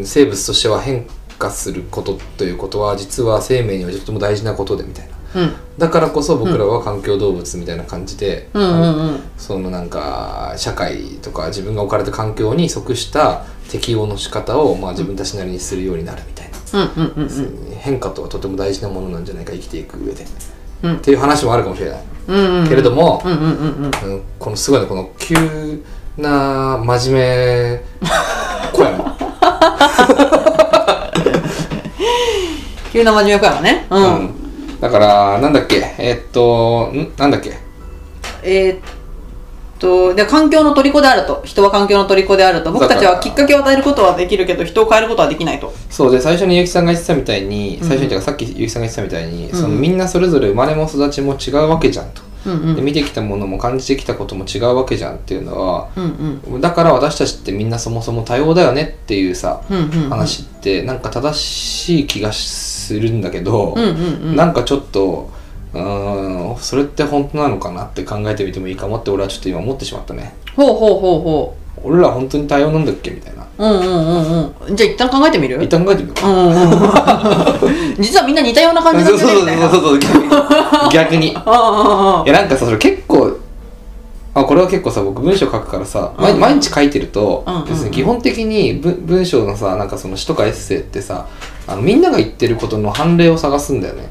S2: ん生物としては変化することということは実は生命にはとても大事なことでみたいな
S1: うん
S2: だからこそ僕らは環境動物みたいな感じで、
S1: うんうんうん
S2: そのなんか社会とか自分が置かれた環境に即した適応の仕方をまあ自分たちなりにするようになるみたいな、
S1: うんうんうんうん
S2: 変化とはとても大事なものなんじゃないか生きていく上で、
S1: うん
S2: っていう話もあるかもしれない、
S1: うんうん
S2: けれども、
S1: うんうんうんうん
S2: うんこのすごいねこの急な真面目小山
S1: 急な真面目小山ね [laughs] う、
S2: うんんだからなんだっけえーっとんなんだっけ
S1: えーっとで環境の虜であると人は環境の虜であると僕たち
S2: だか
S1: は
S2: ら
S1: きっかけを与えることはできるけど人を変えることはできないと
S2: そうで最初に結城さんが言ってたみたいに最初にっていうかさっき結城さんが言ってたみたいに、
S1: うん
S2: そのみんなそれぞれ生まれも育ちも違うわけじゃんと、
S1: うんう
S2: で
S1: ん
S2: 見てきたものも感じてきたことも違うわけじゃんっていうのは
S1: うんうん
S2: だから私たちってみんなそもそも多様だよねっていうさ、
S1: うんうん
S2: 話ってなんか正しい気がするんだけど、
S1: うんうんうん
S2: なんかちょっとうーんそれって本当なのかなって考えてみてもいいかもって俺はちょっと今思ってしまったね
S1: ほうほうほうほ
S2: 俺ら本当に多様なんだっけみたいな
S1: ううんうんうんうんじゃあ一旦考えてみる
S2: 一旦考えてみよう
S1: うんうんうん実はみんな似たような感じなん
S2: そう
S1: だよ
S2: そ
S1: ね
S2: う
S1: みたい
S2: そ
S1: な
S2: うそうそう逆に逆にい
S1: ああああああ
S2: やなんかさそれ結構あこれは結構さ僕文章書くからさ、毎
S1: うん
S2: 毎日書いてると、
S1: うんうんうん
S2: 別に基本的に文文章のさなんかその詩とかエッセイってさあのみんなが言ってることの判例を探すんだよね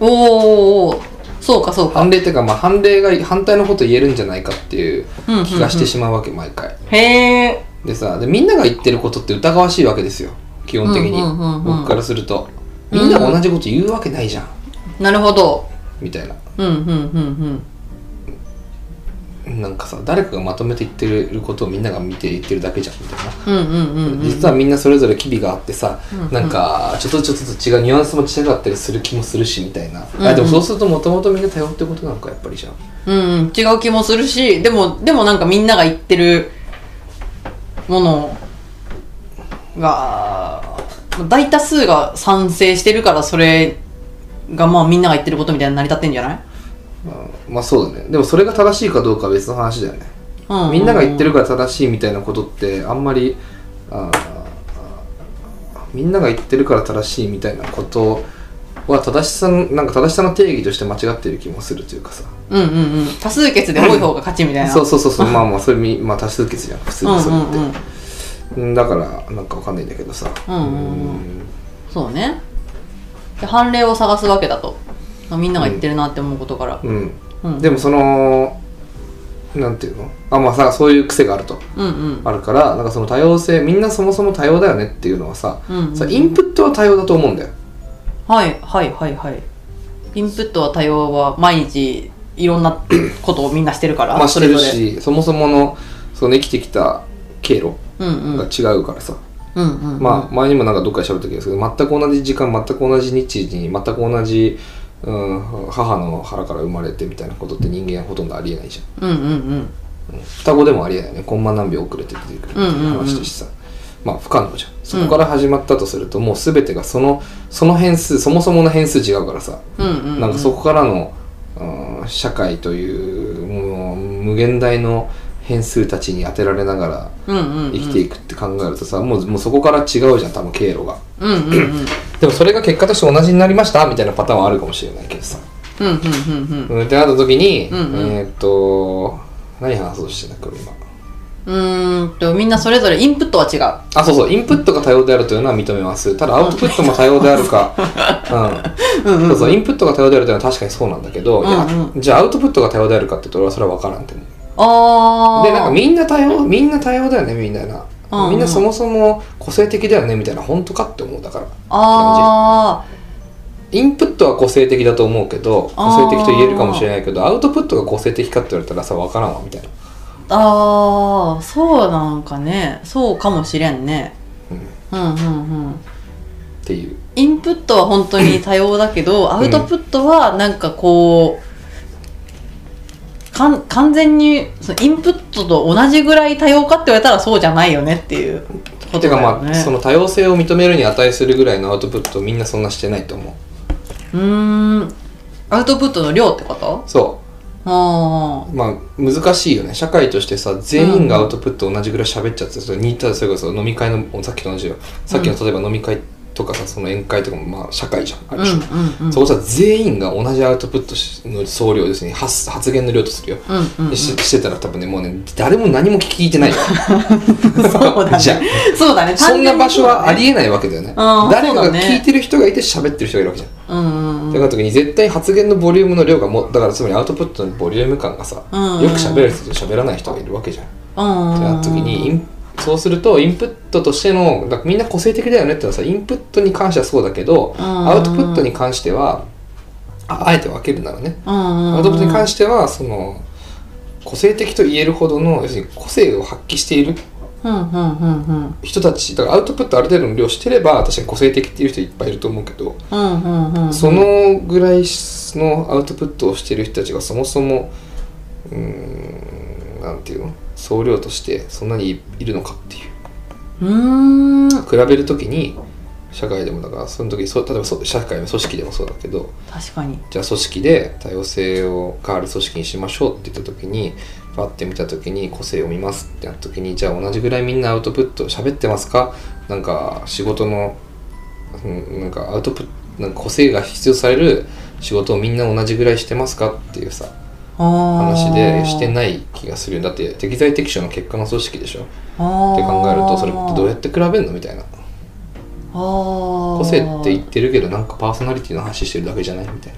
S1: おーおーおーそうかそうか
S2: 判例っていうか、まあ、判例が反対のこと言えるんじゃないかっていう気がしてしまうわけ、毎回
S1: へえ
S2: でさでみんなが言ってることって疑わしいわけですよ基本的に、
S1: うんうんうんうん
S2: 僕からするとみんなが同じこと言うわけないじゃん、
S1: なるほど
S2: みたいな
S1: うんうんうん
S2: なんかさ誰かがまとめて言ってることをみんなが見て言ってるだけじゃんみたいな
S1: うんうんうんうんうん
S2: 実はみんなそれぞれ機微があってさ、
S1: うん
S2: なんかちょっとちょっとずつ違うニュアンスも違かったりする気もするしみたいな、
S1: うん
S2: あでもそうするともともとみんな多様ってことなのかやっぱりじゃん
S1: うん、違う気もするし、でも、でもなんかみんなが言ってるものが、大多数が賛成してるから、それがまあみんなが言ってることみたいに成り立ってんじゃない
S2: まあ、まあそうだねでもそれが正しいかどうかは別の話だよね、
S1: う
S2: みんなが言って
S1: る。
S2: るから正しいみたいなことってあんまりあーみんなが言ってるから正しいみたいなことは正しさのなんか正しさの定義として間違ってる気もするというかさ
S1: うんうんうん。多数決で多い方が勝ちみたいな。
S2: そうそうそうそうまあまあそれみ、まあ、多数決じゃん普通にそれ
S1: ん
S2: っ
S1: うんうん。
S2: て、うんだからなんかわかんないんだけどさ
S1: うんうんうん
S2: うん
S1: そうね。で判例を探すわけだと。あみんなが言ってるなって思うことから。
S2: うん、
S1: うん。
S2: でもそのなんていうのあまあさそういう癖があると
S1: うんうん。
S2: あるからなんかその多様性みんなそもそも多様だよねっていうのはさ、
S1: うんうんうん
S2: さインプットは多様だと思うんだよ
S1: はいはいはいはいインプットは多様は毎日いろんなことをみんなしてるから、
S2: まあしてる
S1: それぞれ
S2: しそもそものその生きてきた経路
S1: うんうん
S2: が違うからさ、
S1: うんうんうん
S2: まあ前にもなんかどっかで喋ったけど全く同じ時間全く同じ日時に全く同じ、うん、母の腹から生まれてみたいなことって人間はほとんどありえないじゃん
S1: うんうんうん
S2: 双子でもありえないよねコンマ何秒遅れて出てくるっていう話だしさ、まあ不可能じゃんそこから始まったとすると、もう全てがそのその変数そもそもの変数違うからさ、
S1: うんうんうん
S2: なんかそこからの、うん社会というもう無限大の変数たちに当てられなが
S1: う
S2: ら
S1: んうんうん
S2: 生きていくって考えるとさ、もうもうそこから違うじゃん多分経路が
S1: うんうんうんうん
S2: でもそれが結果として同じになりましたみたいなパターンはあるかもしれないけどさ、
S1: うんうんうん
S2: うん、ってなった時に、
S1: うんうん
S2: えーっと何話そうとしてたっけ俺今
S1: うんうーんとみんなそれぞれインプットは違う
S2: あそうそうインプットが多様であるというのは認めますただアウトプットも多様であ
S1: [laughs]
S2: るか、うん
S1: うんうん
S2: そうそうインプットが多様であるというのは確かにそうなんだけど、いや
S1: うん
S2: じゃあアウトプットが多様であるかって言うと俺はそれは分からんと思う
S1: あー
S2: でなんかみんな多様みんな多様だよねみんなな、
S1: うんうん
S2: みんなそもそも個性的だよねみたいな本当かって思うだから
S1: あ
S2: インプットは個性的だと思うけど
S1: あー
S2: 個性的と言えるかもしれないけどアウトプットが個性的かって言われたらさ分からんわみたいな
S1: ーあーそうなんかねそうかもしれんね
S2: うんっ
S1: うんうんうん
S2: ていう
S1: インプットは本当に多様だけど、アウトプットはなんかこうかん完全にそのインプットと同じぐらい多様かって言われたらそうじゃないよねっていうことだ
S2: てか
S1: よ
S2: ま
S1: ね
S2: あその多様性を認めるに値するぐらいのアウトプットをみんなそんなしてないと思う
S1: うーんアウトプットの量ってこと
S2: そ
S1: あ
S2: うまあ難しいよね社会としてさ全員がアウトプット同じぐらい喋っちゃってそれ似たらそれこそ飲み会のさっきと同じよさっきの例えば飲み会とかさその宴会とかもまあ社会じゃんあ
S1: うん
S2: る種
S1: うんうん
S2: そこさ全員が同じアウトプットしの総量ですね発発言の量とするよ、
S1: うんうんうん
S2: ししてたら多分ねもうね誰も何も聞いてないよ
S1: そうだ
S2: [laughs] じゃ
S1: ねそうだね
S2: そんな場所はあり
S1: え
S2: えないわけだよね
S1: うん
S2: 誰か
S1: そうだ
S2: が
S1: ね
S2: 聞いてる人がいて喋ってる人がいるわけじゃん
S1: うんうん
S2: だから時に絶対発言のボリュームの量がもだからつまりアウトプットのボリューム感がさ、
S1: うんうん
S2: よく喋る人と喋らない人がいるわけじゃん。って
S1: うん
S2: なった時にインそうするとインプットとしてのだからみんな個性的だよねってのはさインプットに関してはそうだけど、
S1: ん
S2: アウトプットに関してはああえて分けるならね、
S1: ア
S2: アウトプットに関してはその個性的と言えるほどの要するに個性を発揮している
S1: うんうんうんうん
S2: 人たちだからアウトプットある程度の量してれば確かに個性的っていう人いっぱいいると思うけど、
S1: うんうんうん
S2: そのぐらいのアウトプットをしてる人たちがそもそもうーんなんていうの総量としてそんなにいいるのかっていう
S1: うーん
S2: 比べるときに社会でもだからその時そう例えばそう社会の組織でもそうだけど
S1: 確かに
S2: じゃあ組織で多様性をがある組織にしましょうって言った時にパッて見た時に個性を見ますってなった時にじゃあ同じぐらいみんなアウトプット喋ってますかなんか仕事のうんなんかアウトプットなんか個性が必要される仕事をみんな同じぐらいしてますかっていうさ
S1: 話
S2: 話でしてない気がするよだって適材適所の結果の組織でしょっ
S1: っ
S2: て考えるとそれってどうやって比べるのみたいな
S1: 個
S2: 個性って言ってるけどなんかパーソナリティの話してるだけじゃないみたい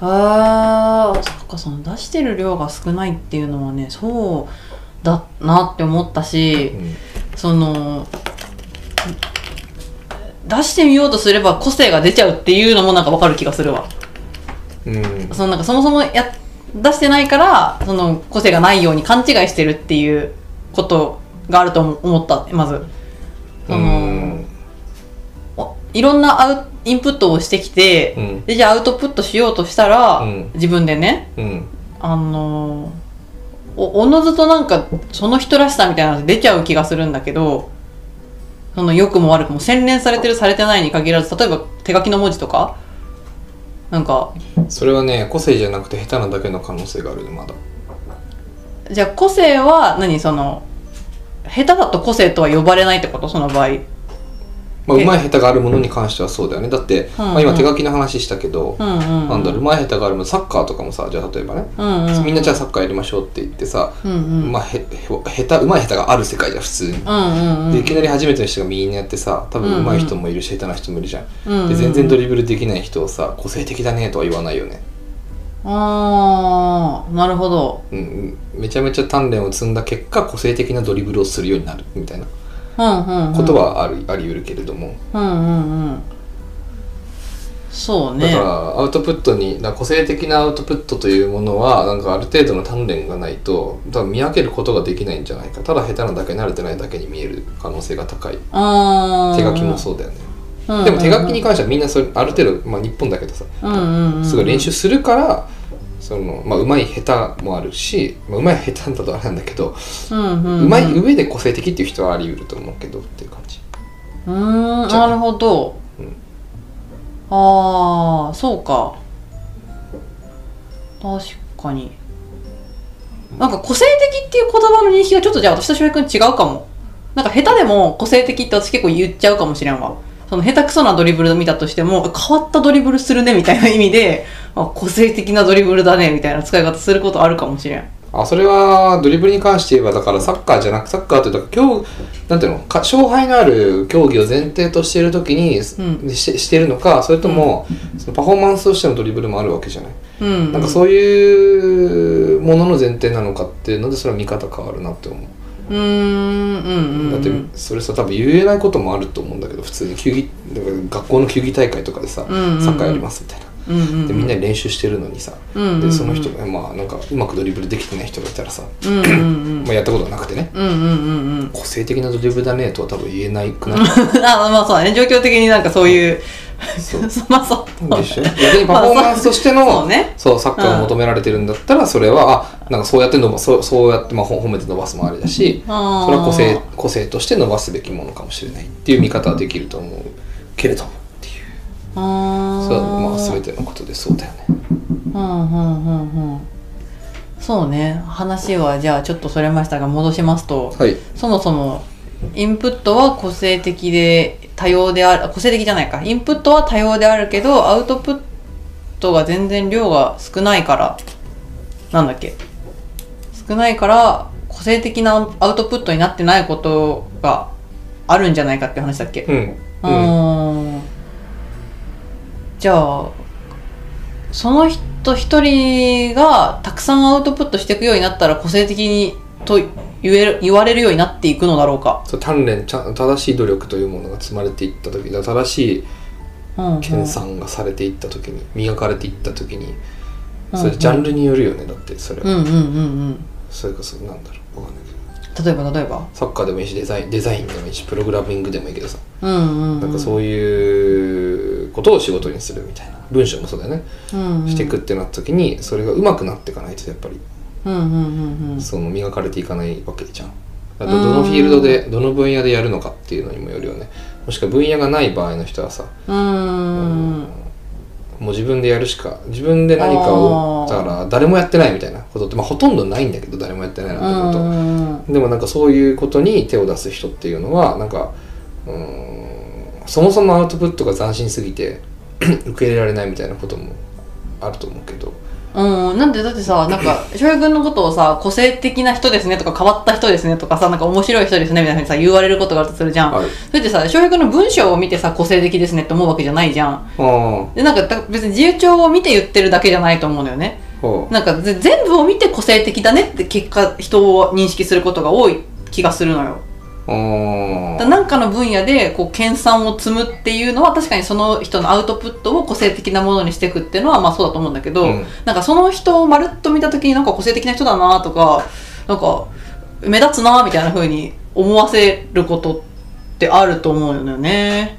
S2: な
S1: あーそっかその出してる量が少ないっていうのはねそうだなって思ったし
S2: うん
S1: その出してみようとすれば個性が出ちゃうっていうのもなんかわかる気がするわ
S2: うん
S1: そのなんかそもそもや出してないからその個性がないように勘違いしてるっていうことがあると思思ったまずそのおいろんなアウインプットをしてきて、
S2: うん
S1: でじゃあアウトプットしようとしたら、
S2: うん
S1: 自分でね
S2: うん
S1: あのおおのずとなんかその人らしさみたいなのが出ちゃう気がするんだけどその良くも悪くも洗練されてるされてないに限らず例えば手書きの文字とかなんか
S2: それはね個性じゃなくて下手なだけの可能性があるねまだ
S1: じゃあ個性は何その下手だと個性とは呼ばれないってことその場合うん
S2: まあ
S1: え
S2: 上手い下手があるものに関してはそうだよねだって、
S1: うんうん
S2: まあ、今手書きの話したけど、
S1: うん
S2: なんだろう上手い下手があるものサッカーとかもさじゃあ例えばね、
S1: うんうん
S2: みんなじゃあサッカーやりましょうって言ってさ、
S1: うんうん
S2: まあへへ下手上手い下手がある世界じゃん普通
S1: う
S2: に、
S1: んうんうん
S2: でいきなり初めての人がみんなやってさ多分上手い人もいるし下手な人もいるじゃん、
S1: うんうん
S2: で全然ドリブルできない人をさ個性的だねとは言わないよね
S1: ああなるほど
S2: うんうん、めちゃめちゃ鍛錬を積んだ結果個性的なドリブルをするようになるみたいな
S1: うんうんうん
S2: ことはある、あり得るけれども
S1: うんうんうんそう
S2: だ
S1: ね
S2: からアウトプットにだから個性的なアウトプットというものはなんかある程度の鍛錬がないと多分見分けることができないんじゃないかただ下手なだけ慣れてないだけに見える可能性が高い
S1: あー
S2: 手書きもそうだよね、
S1: うんうんうん
S2: でも手書きに関してはみんなそれある程度、まあ、日本だけどさ
S1: うんうんうん
S2: すごい練習するからそのまあ上手い下手もあるし、まあ、上手い下手だとあれなんだけど、
S1: うんうん
S2: うまい上で個性的っていう人はあり得ると思うけどっていう感じ
S1: うーん
S2: じゃ
S1: な
S2: あ
S1: るほど、
S2: うん
S1: ああそうか確かになんか個性的っていう言葉の認識がちょっとじゃあ私と翔平君違うかもなんか下手でも個性的って私結構言っちゃうかもしれんわその下手くそなドリブル見たとしても変わったドリブルするねみたいな意味であ個性的なドリブルだねみたいな使い方することあるかもしれん
S2: あそれはドリブルに関して言えばだからサッカーじゃなくサッカーってだから競なんていうのか勝敗のある競技を前提としている時に、
S1: う
S2: ししてるのかそれとも、そのパフォーマンスとしてのドリブルもあるわけじゃない、
S1: うん
S2: なんかそういうものの前提なのかっていうのでそれは見方変わるなって思う、
S1: うーんうんうんうん
S2: だってそれさ多分言えないこともあると思うんだけど普通に球技だから学校の球技大会とかでさ、
S1: うんうんうん
S2: サッカーやりますみたいな
S1: うんうん
S2: でみんなで練習してるのにさ、
S1: うんうんうん
S2: でその人がまあなんかうまくドリブルできてない人がいたらさ、
S1: うんうんうん
S2: まあ、やったことがなくてね、
S1: うんうんうんうん
S2: 個性的なドリブルだねとは多分言えないくなる
S1: [laughs] あまあそうだね状況的になんかそういう
S2: そ
S1: まあ [laughs] そう
S2: でしょ逆にパフォーマンスとして
S1: [laughs]
S2: の、
S1: まあそうね
S2: そうサッカーを求められてるんだったらそれは、あなんかそうやって伸ばそうそうやってまあほ褒めて伸ばすもあれだしそれ
S1: あー
S2: は個性個性として伸ばすべきものかもしれないっていう見方はできると思うけれどもっていう
S1: あー
S2: それはまあ全てのことでそうだよね
S1: うんうんうんうんそうね話はじゃあちょっとそれましたが戻しますと
S2: はい
S1: そもそもインプットは個性的で多様である個性的じゃないかインプットは多様であるけどアウトプットが全然量が少ないからなんだっけ少ないから個性的なアウトプットになってないことがあるんじゃないかって話だっけ、
S2: うん。
S1: う
S2: うん。
S1: ーんじゃあその人一人がたくさんアウトプットしていくようになったら個性的にと言える言われるようになっていくのだろうか、
S2: そう鍛錬ちゃん正しい努力というものが積まれていった時だから正しい
S1: うんうん
S2: 研鑽がされていった時に磨かれていった時に
S1: うん
S2: それジャンルによるよねだってそれ
S1: う
S2: は、
S1: んうんうん
S2: それこそなんだろうわかんないけど
S1: うん例えば例えば
S2: サッカーでもいいしデザインデザインでもいいしプログラミングでもいいけどさ
S1: うんうんうん
S2: なんかそういうことを仕事にするみたいな文章もそうだよね、
S1: うんうん
S2: していくってなった時にそれが上手くなっていかないとやっぱり
S1: うんうんうんうん
S2: その磨かれていかないわけじゃんだからどのフィールドでどの分野でやるのかっていうのにもよるよねもしくは分野がない場合の人はさ
S1: うん
S2: もう自分でやるしか自分で何かを
S1: あー
S2: だから誰もやってないみたいなことって、まあ、ほとんどないんだけど誰もやってないなんてこ
S1: うん
S2: とでもなんかそういうことに手を出す人っていうのはなんかうーんそもそもアウトプットが斬新すぎて [clears throat] 受け入れられないみたいなこともあると思うけど
S1: うん、なんでだってさ、なんか、翔平君のことをさ、個性的な人ですねとか変わった人ですねとかさ、なんか面白い人ですねみたいなふうにさ、言われることがあるとするじゃん。
S2: ある
S1: それってさ、翔平君の文章を見てさ、個性的ですねって思うわけじゃないじゃん。
S2: あ
S1: で、なんかだ別に自由帳を見て言ってるだけじゃないと思うのよね。
S2: あほう
S1: なんかぜ全部を見て個性的だねって結果、人を認識することが多い気がするのよ。
S2: あー
S1: だなんかの分野で、こう、研鑽を積むっていうのは、確かにその人のアウトプットを個性的なものにしていくっていうのは、まあそうだと思うんだけど、
S2: うん
S1: なんかその人をまるっと見た時になんか個性的な人だなとか、なんか目立つなみたいな風に思わせることってあると思うのよね。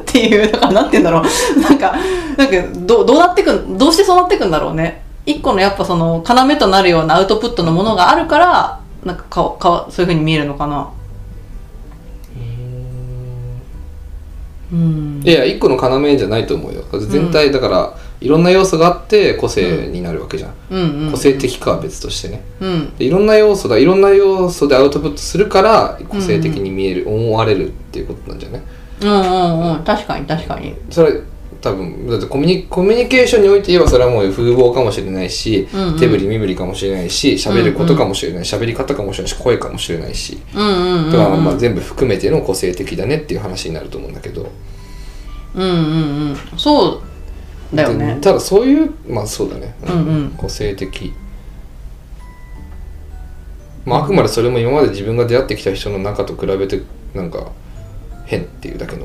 S1: っていう、なんかなんて言うんだろう。なんか、なんかどうどうなってくん、どうしてそうなってくんだろうね。一個のやっぱその要となるようなアウトプットのものがあるから、なんかかかそういう風に見えるのかな。うん。
S2: いや一個の要じゃないと思うよだって全体だから、いろんな要素があって個性になるわけじゃん、
S1: うんうん。
S2: 個性的かは別としてね
S1: うん。
S2: でいろんな要素だいろんな要素でアウトプットするから個性的に見える、思われるっていうことなんじゃね
S1: うんうんうん。確かに確かに。
S2: それ多分だってコミュニコミュニケーションにおいて言えばそれはもう風貌かもしれないし、
S1: うんうん
S2: 手振り身振りかもしれないし喋ることかもしれない喋、り方かもしれないし声かもしれないし、
S1: うんうんうん、うん。
S2: だからまあ全部含めての個性的だねっていう話になると思うんだけど、
S1: うんうんうんそうだよね
S2: でただそういうまあそうだね、
S1: うんうん
S2: 個性的まああくまでそれも今まで自分が出会ってきた人の中と比べてなんか変っていうだけの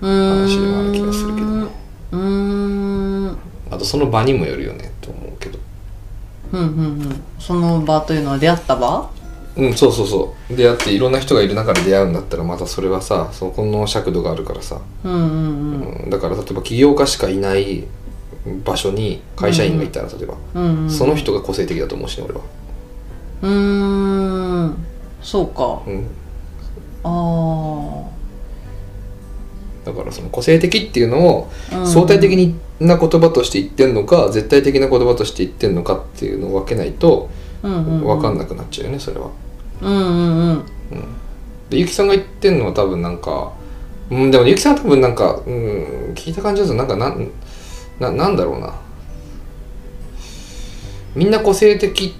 S1: うーん
S2: 話ではある気がするけどね
S1: うーんうん
S2: あとその場にもよるよねと思うけど
S1: うんうんその場というのは出会った場
S2: うんそうそうそう出会っていろんな人がいる中で出会うんだったらまたそれはさそこの尺度があるからさ、
S1: うんうんうん
S2: うんだから例えば起業家しかいない場所に会社員がいたら例えば、
S1: うんうん
S2: その人が個性的だと思うしね俺は、
S1: うーんそうか
S2: うん、
S1: あー
S2: だからその個性的っていうのを
S1: うん
S2: 相対的な言葉として言ってんのか、絶対的な言葉として言ってんのかっていうのを分けないと
S1: うんうん
S2: 分かんなくなっちゃうよねそれは。
S1: うんうんうん
S2: でゆきさんが言ってんのは多分なんか、うん、でもゆきさんは多分なんか、うん、聞いた感じだとなんかなんななんだろうなみんな個性的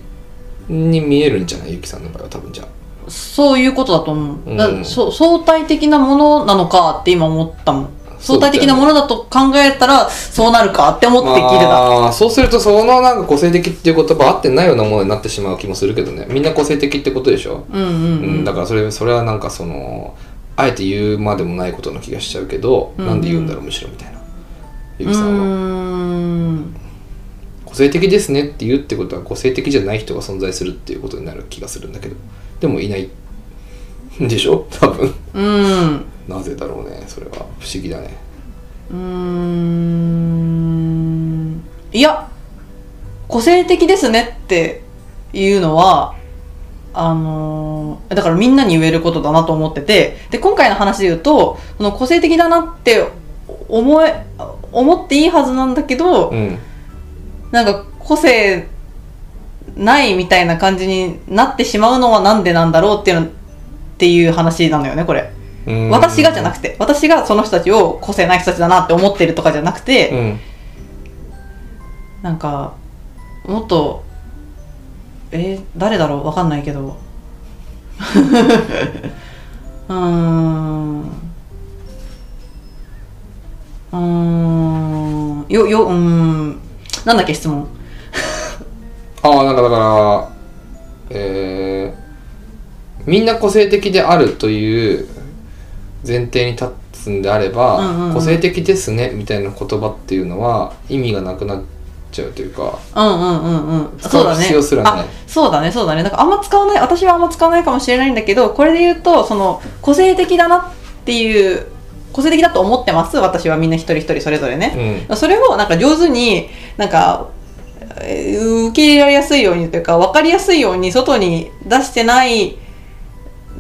S2: に見えるんじゃないゆきさんの場合は多分じゃあ。
S1: そういうことだと思う、だ
S2: うん
S1: そ相対的なものなのかって今思ったもん
S2: そう
S1: 相
S2: だ
S1: 対
S2: よね
S1: 的なものだと考えたらそうなるかって思って聞いてた
S2: あーそうするとそのなんか個性的っていう言葉合ってないようなものになってしまう気もするけどねみんな個性的ってことでしょ
S1: うんうんうん
S2: うん、だからそれそれはなんかそのあえて言うまでもないことの気がしちゃうけど、
S1: うん
S2: なんで言うんだろうむしろみたいなゆ
S1: う
S2: きさんは、
S1: ーん
S2: 個性的ですねって言うってことは個性的じゃない人が存在するっていうことになる気がするんだけどでもいないんでしょ多分 [laughs]
S1: うん
S2: なぜだろうねそれは不思議だね
S1: うーんいや個性的ですねっていうのはあのーだからみんなに言えることだなと思っててで今回の話で言うとその個性的だなって思え思っていいはずなんだけど、
S2: うん
S1: なんか個性ないみたいな感じになってしまうのはなんでなんだろうっていうのっていう話なのよねこれ
S2: うん
S1: 私がじゃなくて私がその人たちを個性ない人たちだなって思ってるとかじゃなくて、
S2: うん
S1: なんかもっとえー誰だろうわかんないけど [laughs] うーんうーんよようーんなんだっけ質問
S2: ああなんかだからえー、みんな個性的であるという前提に立つんであれば、
S1: うんうんうん
S2: 個性的ですねみたいな言葉っていうのは意味がなくなっちゃうというか
S1: うんうんうんうん
S2: 使う
S1: そうだね
S2: 必要すらない
S1: あそうだねそうだねなんかあんま使わない私はあんま使わないかもしれないんだけどこれで言うとその個性的だなっていう個性的だと思ってます私はみんな一人一人それぞれね、
S2: うん
S1: それをなんか上手になんかえー受け入れられやすいようにというか分かりやすいように外に出してない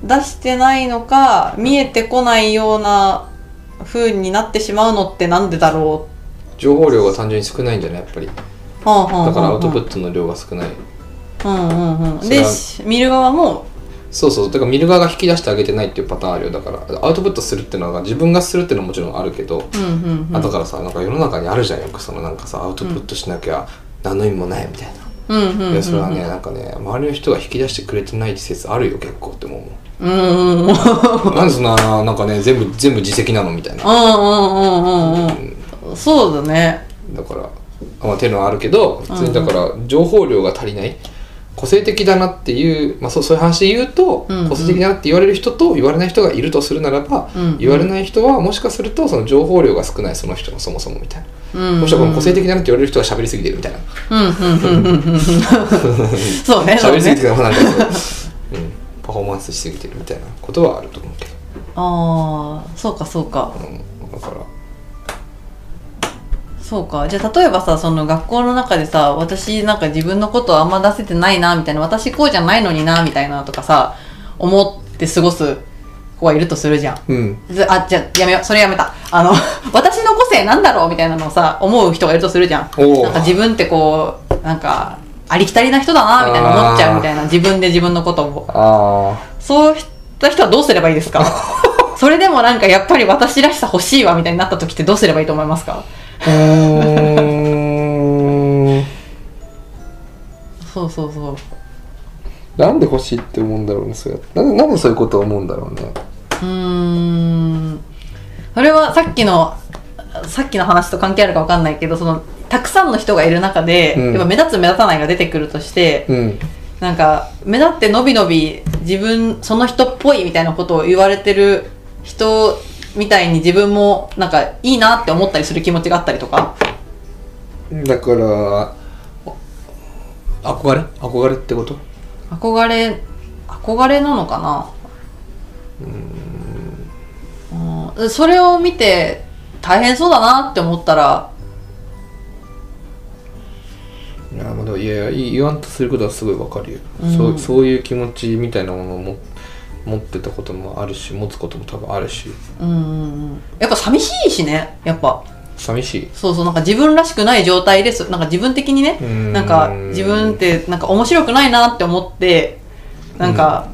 S1: 出してないのか見えてこないような風になってしまうのってなんでだろ
S2: 情報量が単純に少ないんじゃないやっぱりだ
S1: うはあはあはあはあ
S2: からアウトプットの量が少ない
S1: うんうんうん
S2: それ
S1: で
S2: は
S1: し見る側も
S2: そうそうだから見る側が引き出してあげてないっていうパターンあるよだからアウトプットするってのは自分がするってのはもちろんあるけど、
S1: うんうんうん
S2: あだからさなんか世の中にあるじゃんよくそのなんかさアウトプットしなきゃ何の意味もないみたいな、
S1: うんうんうんう
S2: い
S1: ん
S2: やそれはねなんかね周りの人が引き出してくれてない説あるよ結構って
S1: [laughs]
S2: 思う
S1: うんうんうんうんうんうん
S2: もんなんでそんななんかね全部全部自責なのみたいな
S1: うんうんそうだね
S2: だからあまあ手のはあるけど普通にだから情報量が足りない個性的だなっていう、まあ、そうそういう話で言うと、
S1: うんうん
S2: 個性的だなって言われる人と言われない人がいるとするならば、
S1: うんうん
S2: 言われない人はもしかするとその情報量が少ないその人のそもそもみたいな、
S1: うんうんうん
S2: もしくはこの個性的だなって言われる人が喋りすぎてるみたいな
S1: うんうんうんうんうんそうねそ
S2: [laughs] 喋
S1: う
S2: りすぎ
S1: ね
S2: てるなんかそううん、パフォーマンスしすぎてるみたいなことはあると思うけど。
S1: ああそうかそうか
S2: うん、だから
S1: そうかじゃあ例えばさその学校の中でさ私なんか自分のことあんま出せてないなみたいな私こうじゃないのになみたいなとかさ思って過ごす子がいるとするじゃん
S2: うん
S1: ずあじゃあやめようそれやめたあの [laughs] 私の個性なんだろうみたいなのをさ思う人がいるとするじゃん
S2: おう
S1: なんか自分ってこうなんかありきたりな人だなみたいな思っちゃうみたいな自分で自分のことを
S2: あ
S1: そういった人はどうすればいいです
S2: [laughs]
S1: かそれでもなんかやっぱり私らしさ欲しいわみたいになった時ってどうすればいいと思いますか
S2: あうん [laughs]
S1: そうそうそう
S2: なんで欲しいって思うんだろうねそれなんでなんでそういうことを思うんだろうね
S1: うーんそれはさっきのさっきの話と関係あるかわかんないけどそのたくさんの人がいる中で、
S2: うん
S1: やっぱ目立つ目立たないが出てくるとして、
S2: うん
S1: なんか目立ってのびのび自分その人っぽいみたいなことを言われてる人みたいに自分もなんかいいなって思ったりする気持ちがあったりとか
S2: だから憧れ憧れってこと
S1: 憧れ憧れなのかなうんそれを見て大変そうだなって思ったら
S2: いやまあでもいやいや言わんとすることはすごいわかるよ、
S1: うん
S2: そうそういう気持ちみたいなものをも持ってたこともあるし持つことも多分あるし
S1: うんうんうんやっぱ寂しいしねやっぱ
S2: 寂しい
S1: そうそうなんか自分らしくない状態ですなんか自分的にね
S2: うん
S1: なんか自分ってなんか面白くないなって思ってなんか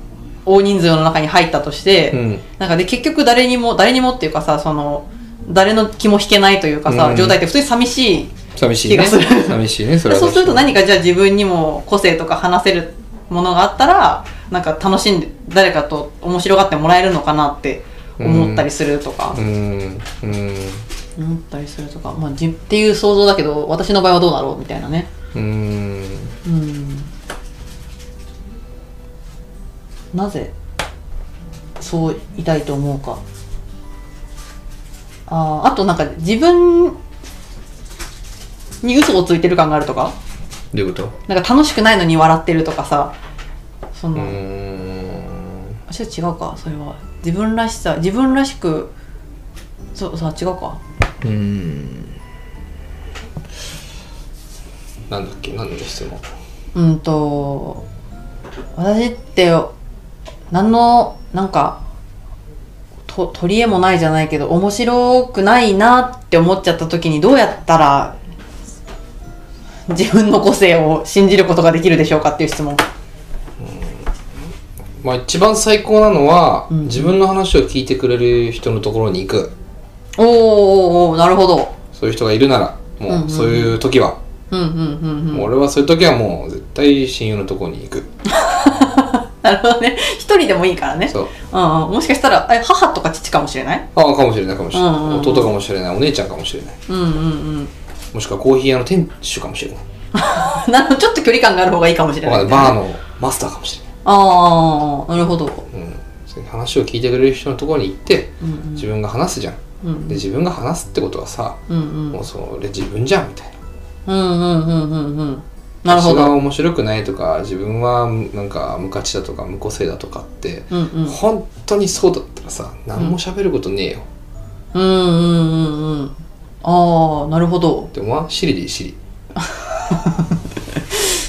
S1: 大人数の中に入ったとして、
S2: うん
S1: なんかで結局誰にも誰にもっていうかさその誰の気も引けないというかさ、
S2: うん
S1: 状態って普通に寂しい
S2: 寂しい
S1: 気が
S2: ね
S1: する
S2: 寂しいねそれは
S1: そうすると何かじゃあ自分にも個性とか話せるものがあったらなんか楽しんで誰かと面白がってもらえるのかなって思ったりするとか
S2: う、んうん
S1: 思ったりするとか、まあ、じっていう想像だけど私の場合はどうだろうみたいなね
S2: うーん
S1: うんなぜそういたいと思うかあーあとなんか自分に嘘をついてる感があるとか
S2: どういうこと
S1: なんか楽しくないのに笑ってるとかさその、
S2: うーん
S1: あちょっと違うかそれは自分らしさ自分らしくそうさ違うか
S2: うーんなんだっけ何の質問
S1: うんと私って何のなんかと取り柄もないじゃないけど面白くないなって思っちゃった時にどうやったら自分の個性を信じることができるでしょうかっていう質問
S2: まあ一番最高なのは、自分の話を聞いてくれる人のところに行く
S1: おーおーおーなるほど
S2: そういう人がいるなら
S1: うんうん
S2: も
S1: うん
S2: うそういう時は、
S1: うんうんうんうん
S2: もう俺はそういう時はもう絶対親友のところに行く
S1: なるほどね一人でもいいからね
S2: そう
S1: うんうん、もしかしたらえ母とか父かもしれない
S2: ああかもしれないかもしれない、
S1: うんうんうん
S2: 弟かもしれないお姉ちゃんかもしれない
S1: うんうん [laughs] うん
S2: もしくはコーヒー屋の店主かもしれない
S1: なちょっと距離感がある方がいいかもしれな
S2: わか
S1: い
S2: んないバーのマスターかもしれない、
S1: ああなるほど
S2: うん、そういう話を聞いてくれる人のところに行って、
S1: うんうん
S2: 自分が話すじゃん
S1: うん
S2: で自分が話すってことはさ、
S1: うんうん
S2: もうそれ自分じゃんみたいな
S1: うんうんうんうんうんなるほ
S2: 私が
S1: ど
S2: 面白くないとか自分はなんか無価値だとか無個性だとかって、
S1: うんうん
S2: 本当にそうだったらさ何も喋ることねえよ、
S1: うんうんうんうんああなるほど
S2: って思わんシリでいい
S1: [laughs]
S2: シリ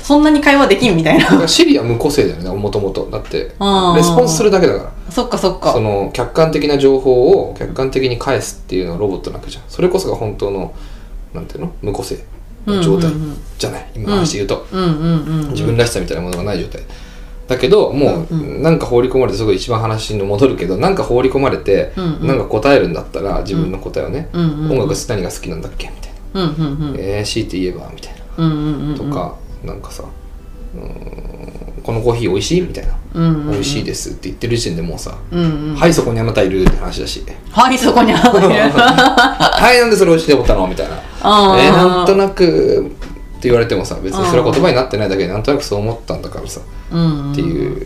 S1: そんなに会話できんみたい
S2: だ
S1: な
S2: からシリは無個性だよねもともとだってレス
S1: あー
S2: ポンスするだけだか
S1: そっかそっ
S2: らそ
S1: か
S2: の客観的な情報を客観的に返すっていうのはロボットなわけじゃんそれこそが本当のなんていうの無個性の状態
S1: うんうんうん
S2: じゃない、今の話で言うと、
S1: うんうんうん
S2: 自分らしさみたいなものがない状態だけども
S1: うん
S2: うなんか放り込まれてすごい一番話に戻るけどなんか放り込まれて
S1: うんうん
S2: なんか答えるんだったら自分の答えをね
S1: うんうんうん
S2: 音楽何が好きなんだっけみたいな
S1: うんうんうん
S2: えー、強いて言えばみたいな
S1: うんうんうん
S2: とか、なんかさうーんこのコーヒー美味しいみたいな、
S1: うんうんうん
S2: 美味しいですって言ってる時点でもうさ、
S1: うんうん
S2: はいそこにあなたいるって話だし
S1: はいそこにある
S2: はいなんでそれ美味しいと思ったのみたいな
S1: あー
S2: えー、なんとなくって言われてもさ別にそれは言葉になってないだけでなんとなくそう思ったんだからさっ
S1: うんうん
S2: ていう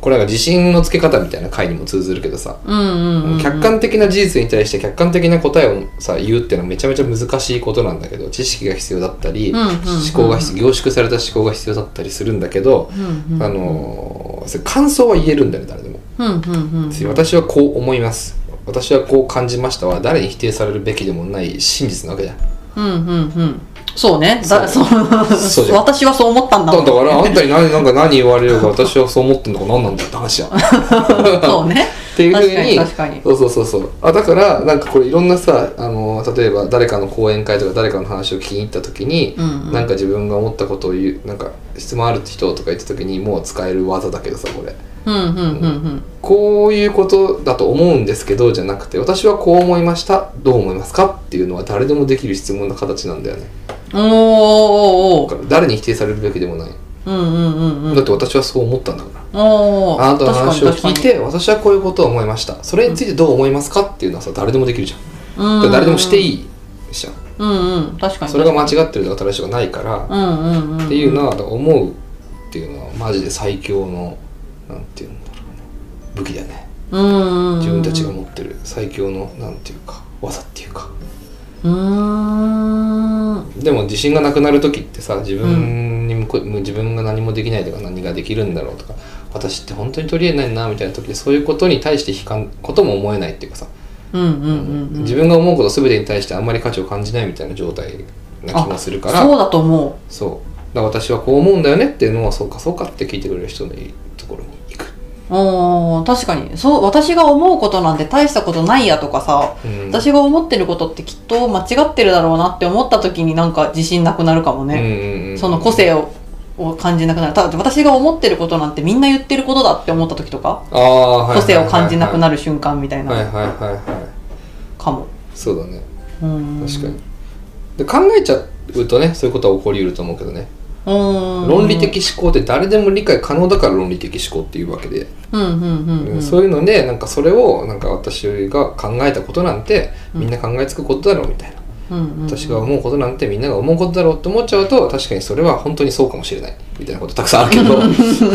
S2: これなんか自信のつけ方みたいな回にも通ずるけどさ、
S1: うんうんうん
S2: 客観的な事実に対して客観的な答えをさ言うっていうのはめちゃめちゃ難しいことなんだけど知識が必要だったり、
S1: うんうんうん
S2: 思考が必凝縮された思考が必要だったりするんだけど、
S1: うんうん
S2: あのーそれ感想は言えるんだよね誰でも、
S1: うんうんうん
S2: 私はこう思います私はこう感じましたは誰に否定されるべきでもない真実なわけじゃん
S1: うんうんうんそうねだそ
S2: そ
S1: う
S2: そうじゃん
S1: 私はそう思ったんだ
S2: だ
S1: も
S2: だ
S1: ん
S2: からあんたに何なんか何言われようが私はそう思ってんのか何なんだって話じゃん
S1: そうね
S2: っていうふ
S1: 確
S2: う
S1: か
S2: に
S1: に確かに
S2: そうそうそうそうあだからなんかこれいろんなさあの例えば誰かの講演会とか誰かの話を聞きに行った時に、
S1: うんうん
S2: なんか自分が思ったことを言うなんか質問あるって人とか言った時にもう使える技だけどさこれ
S1: うんうんうんうん
S2: こういうことだと思うんですけどじゃなくて私はこう思いましたどう思いますかっていうのは誰でもできる質問の形なんだよね
S1: おーお
S2: だ
S1: ー
S2: から誰に否定されるべきでもない、
S1: おーうんうんうんうん
S2: だって私はそう思ったんだから
S1: おー
S2: あなたの
S1: 確かに
S2: 話を聞い
S1: 確かに
S2: て私はこういうことを思いましたそれについてどう思いますかっていうのはさ誰でもできるじゃん
S1: うんうん
S2: だ
S1: うん
S2: から誰でもしていいじゃん
S1: うんうん確かに
S2: それが間違ってるとか正しいとかないから
S1: う、んうんうん
S2: っていうのはだから思うっていうのはマジで最強のなんていうんだろうね武器だよね
S1: うん
S2: 自分たちが
S1: う
S2: 持ってる最強のなんていうか技っていうか
S1: ーんうん
S2: でも自信がなくなる時ってさ自分に向こう自分が何もできないとか何ができるんだろうとか私って本当に取り柄ないなみたいな時でそういうことに対して悲観ことも思えないっていうかさ
S1: うんうんうん
S2: 自分が思うこと全てに対してあんまり価値を感じないみたいな状態な気もするから
S1: そうだと思
S2: そうだから私はこう思うんだよねっていうのはそうかそうかって聞いてくれる人のいいところに行く、
S1: うおー確かにそう私が思うことなんて大したことないやとかさ
S2: うん、
S1: 私が思ってることってきっと間違ってるだろうなって思った時になんか自信なくなるかも
S2: うん
S1: ね、
S2: うんうん
S1: その個性をを感じなくなるただ私が思ってることなんてみんな言ってることだって思った時とか
S2: ああ、はいはいはいはい、
S1: 個性を感じなくな
S2: る
S1: る瞬間みたい
S2: はいはい
S1: な
S2: はいは
S1: かも、
S2: いそうだね
S1: うん
S2: 確かにで考えちゃうとねそういうことは起こりうると思うけどね
S1: うん
S2: 論理的思考って誰でも理解可能だから論理的思考っていうわけで、
S1: うんうんうんうん
S2: そういうのでなんかそれをなんか私が考えたことなんてみんな考えつくことだろうみたい
S1: う
S2: な、
S1: んうん
S2: 私が思うことなんてみんなが思うことだろうって思っちゃうと確かにそれは本当にそうかもしれないみたいなことたくさんあるけど [laughs]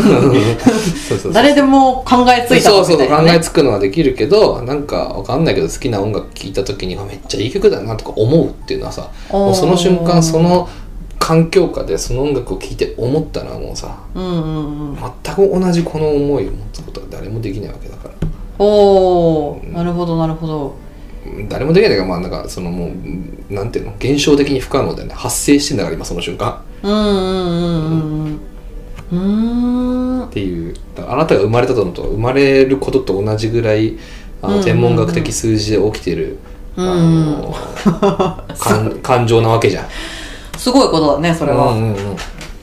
S2: そうそうそう
S1: 誰でも考えついた
S2: そ
S1: こ
S2: う
S1: と
S2: そ
S1: み
S2: うそ
S1: たい
S2: う考
S1: なね
S2: えつくのはできるけどなんかわかんないけど好きな音楽聴いた時にあめっちゃいい曲だなとか思うっていうのはさ
S1: おー
S2: もうその瞬間その環境下でその音楽を聴いて思ったらもうさ
S1: うんうんうん
S2: 全く同じこの思いを持つことは誰もできないわけだから
S1: おおなるほどなるほど
S2: うん誰もできないけどまあなんかそのもううんなんていうの現象的に不可能だよね発生してんだから今その瞬間
S1: うんうんうんうんうんうーん
S2: っていうだからあなたが生まれたのと生まれることと同じぐらいあ
S1: うんうんう
S2: の
S1: ん
S2: 天文学的数字で起きてる、
S1: うん [laughs]
S2: あの感感情なわけじゃん
S1: すごいことだねそれは、
S2: うんうんうん